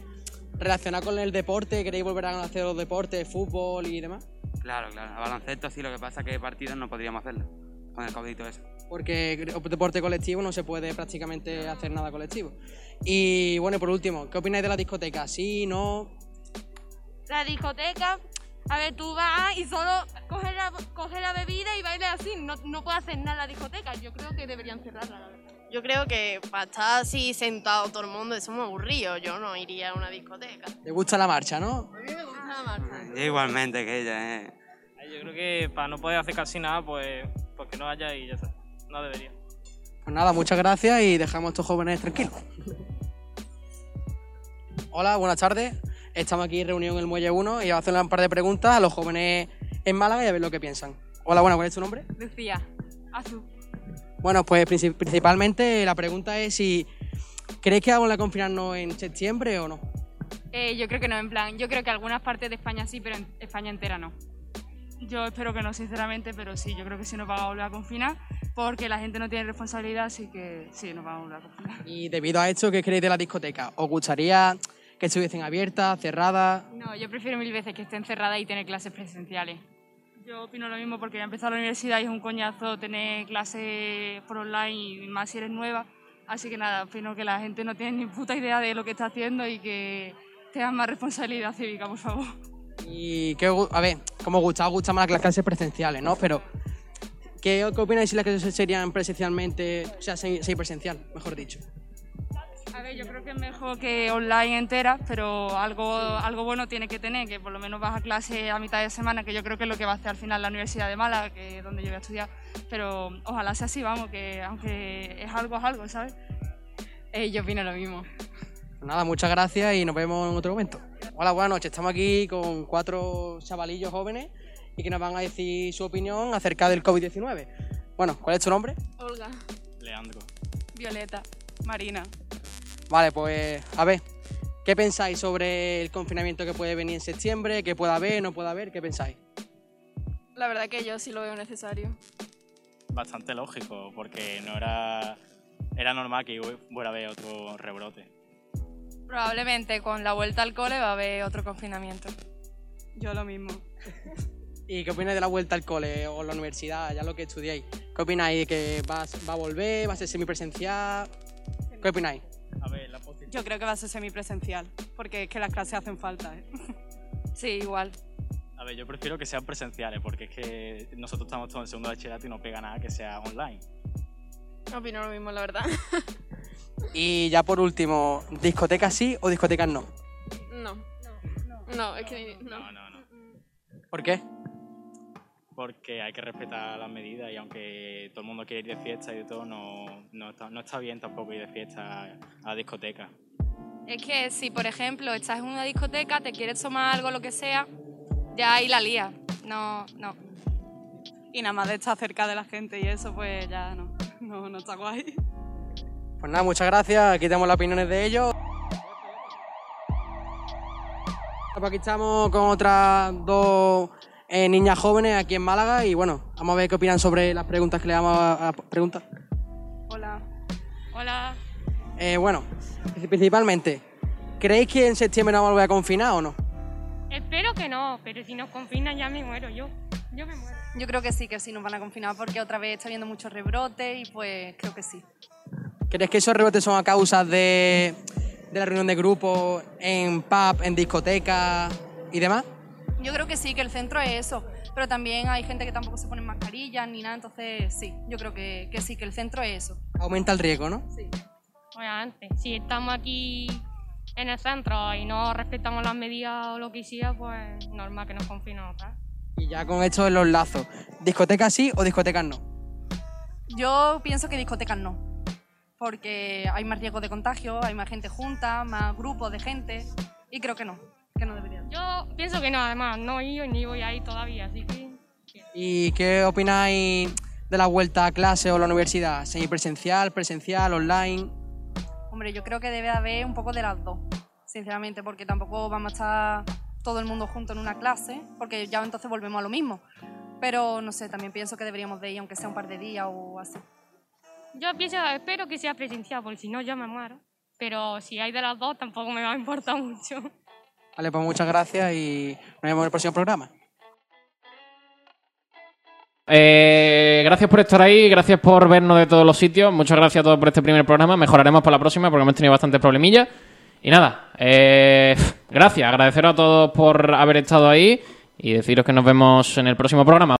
K: relacionado con el deporte? ¿Queréis volver a hacer los deportes, fútbol y demás?
L: Claro, claro. A baloncesto sí, lo que pasa es que partidos no podríamos hacerlo con el COVID y todo eso.
K: Porque el deporte colectivo no se puede prácticamente hacer nada colectivo. Y bueno, por último, ¿qué opináis de la discoteca? ¿Sí, no?
M: La discoteca, a ver, tú vas y solo coges la, coges la bebida y bailas así. No, no puedes hacer nada en la discoteca. Yo creo que deberían cerrarla, la verdad.
N: Yo creo que para estar así sentado todo el mundo, eso es muy aburrido. Yo no iría a una discoteca.
K: ¿Te gusta la marcha, no?
N: A mí me gusta la marcha.
L: Yo igualmente que ella, ¿eh?
O: Yo creo que para no poder hacer casi nada, pues, pues que no haya y ya está. No debería.
K: Pues nada, muchas gracias y dejamos a estos jóvenes tranquilos. Hola, buenas tardes. Estamos aquí reunidos en el Muelle 1 y vamos a hacer un par de preguntas a los jóvenes en Málaga y a ver lo que piensan. Hola, buenas, ¿cuál es tu nombre?
E: Lucía, azul.
K: Bueno, pues princip- principalmente la pregunta es si creéis que vamos a confinarnos en septiembre o no.
E: Eh, yo creo que no, en plan, yo creo que algunas partes de España sí, pero en España entera no. Yo espero que no, sinceramente, pero sí, yo creo que sí nos van a volver a confinar, porque la gente no tiene responsabilidad, así que sí, nos van a volver a confinar.
K: Y debido a esto, ¿qué creéis de la discoteca? ¿Os gustaría que estuviesen abiertas, cerradas?
E: No, yo prefiero mil veces que esté encerrada y tener clases presenciales. Yo opino lo mismo porque ya he empezado la universidad y es un coñazo tener clases por online y más si eres nueva. Así que nada, opino que la gente no tiene ni puta idea de lo que está haciendo y que tengan más responsabilidad cívica, por favor.
K: Y que, a ver, como gusta, gusta más las clases presenciales, ¿no? Pero, ¿qué, qué opináis si las clases serían presencialmente, o sea, semi- semipresencial, mejor dicho?
E: A ver, yo creo que es mejor que online entera, pero algo, algo bueno tiene que tener, que por lo menos vas a clase a mitad de semana, que yo creo que es lo que va a hacer al final la Universidad de Málaga, que es donde yo voy a estudiar. Pero ojalá sea así, vamos, que aunque es algo, es algo, ¿sabes? Eh, yo opino lo mismo.
K: Pues Nada, muchas gracias y nos vemos en otro momento. Hola, buenas noches. Estamos aquí con cuatro chavalillos jóvenes y que nos van a decir su opinión acerca del COVID-19. Bueno, ¿cuál es tu nombre?
P: Olga,
O: Leandro.
P: Violeta, Marina.
K: Vale, pues a ver, ¿qué pensáis sobre el confinamiento que puede venir en septiembre? ¿Qué pueda haber, no pueda haber? ¿Qué pensáis?
P: La verdad que yo sí lo veo necesario.
Q: bastante lógico, porque no era, era normal que fuera a haber otro rebrote.
P: Probablemente con la vuelta al cole va a haber otro confinamiento. Yo lo mismo.
K: ¿Y qué opináis de la vuelta al cole o la universidad, ya lo que estudiáis? ¿Qué opináis? ¿Que va, a- va a volver? ¿Va a ser semipresencial? ¿Qué opináis?
P: Yo creo que va a ser semipresencial, porque es que las clases hacen falta. ¿eh? sí, igual.
Q: A ver, yo prefiero que sean presenciales, porque es que nosotros estamos todos en segundo de bachillerato y no pega nada que sea online.
N: Opino lo mismo, la verdad.
K: Y ya por último, ¿discotecas sí o discotecas no?
P: <laughs> No. No, es que no.
K: ¿Por qué?
Q: Porque hay que respetar las medidas y aunque todo el mundo quiere ir de fiesta y de todo, no, no, está, no está bien tampoco ir de fiesta a, a discoteca.
E: Es que si, por ejemplo, estás en una discoteca, te quieres tomar algo, lo que sea, ya ahí la lía.
P: No, no. Y nada más de estar cerca de la gente y eso, pues ya no. No, no está guay.
K: Pues nada, muchas gracias. Aquí tenemos las opiniones de ellos. Pues aquí estamos con otras dos eh, niñas jóvenes aquí en Málaga y bueno, vamos a ver qué opinan sobre las preguntas que le vamos a, a preguntar.
P: Hola. Hola.
K: Eh, bueno, principalmente, ¿creéis que en septiembre nos vamos a volver a confinar o no?
I: Espero que no, pero si nos confinan ya me muero yo. Yo me muero.
F: Yo creo que sí, que sí nos van a confinar porque otra vez está habiendo muchos rebrotes y pues creo que sí.
K: ¿Crees que esos rebotes son a causa de, de la reunión de grupo en pub, en discotecas y demás?
F: Yo creo que sí, que el centro es eso, pero también hay gente que tampoco se pone mascarillas ni nada, entonces sí, yo creo que, que sí, que el centro es eso.
K: Aumenta el riesgo, ¿no?
I: Obviamente, si estamos aquí en el centro y no respetamos las medidas o lo que sea, pues normal que nos confinamos. ¿sabes?
K: Y ya con esto en los lazos. ¿Discotecas sí o discotecas no?
F: Yo pienso que discotecas no, porque hay más riesgo de contagio, hay más gente junta, más grupos de gente y creo que no, que no deberían.
I: Yo pienso que no, además, no he ido ni voy a ir todavía, así que
K: ¿Y qué opináis de la vuelta a clase o la universidad? ¿Semipresencial, presencial, online?
F: Hombre, yo creo que debe haber un poco de las dos, sinceramente, porque tampoco vamos a estar todo el mundo junto en una clase, porque ya entonces volvemos a lo mismo. Pero no sé, también pienso que deberíamos de ir, aunque sea un par de días o así.
I: yo pienso, espero que sea presencial, porque si no ya me muero. Pero si hay de las dos tampoco me va a importar <laughs> mucho.
K: Vale, pues muchas gracias y nos vemos en el próximo programa.
A: Eh, gracias por estar ahí, gracias por vernos de todos los sitios. Muchas gracias a todos por este primer programa. Mejoraremos para la próxima porque hemos tenido bastantes problemillas. Y nada, eh, gracias. Agradeceros a todos por haber estado ahí y deciros que nos vemos en el próximo programa.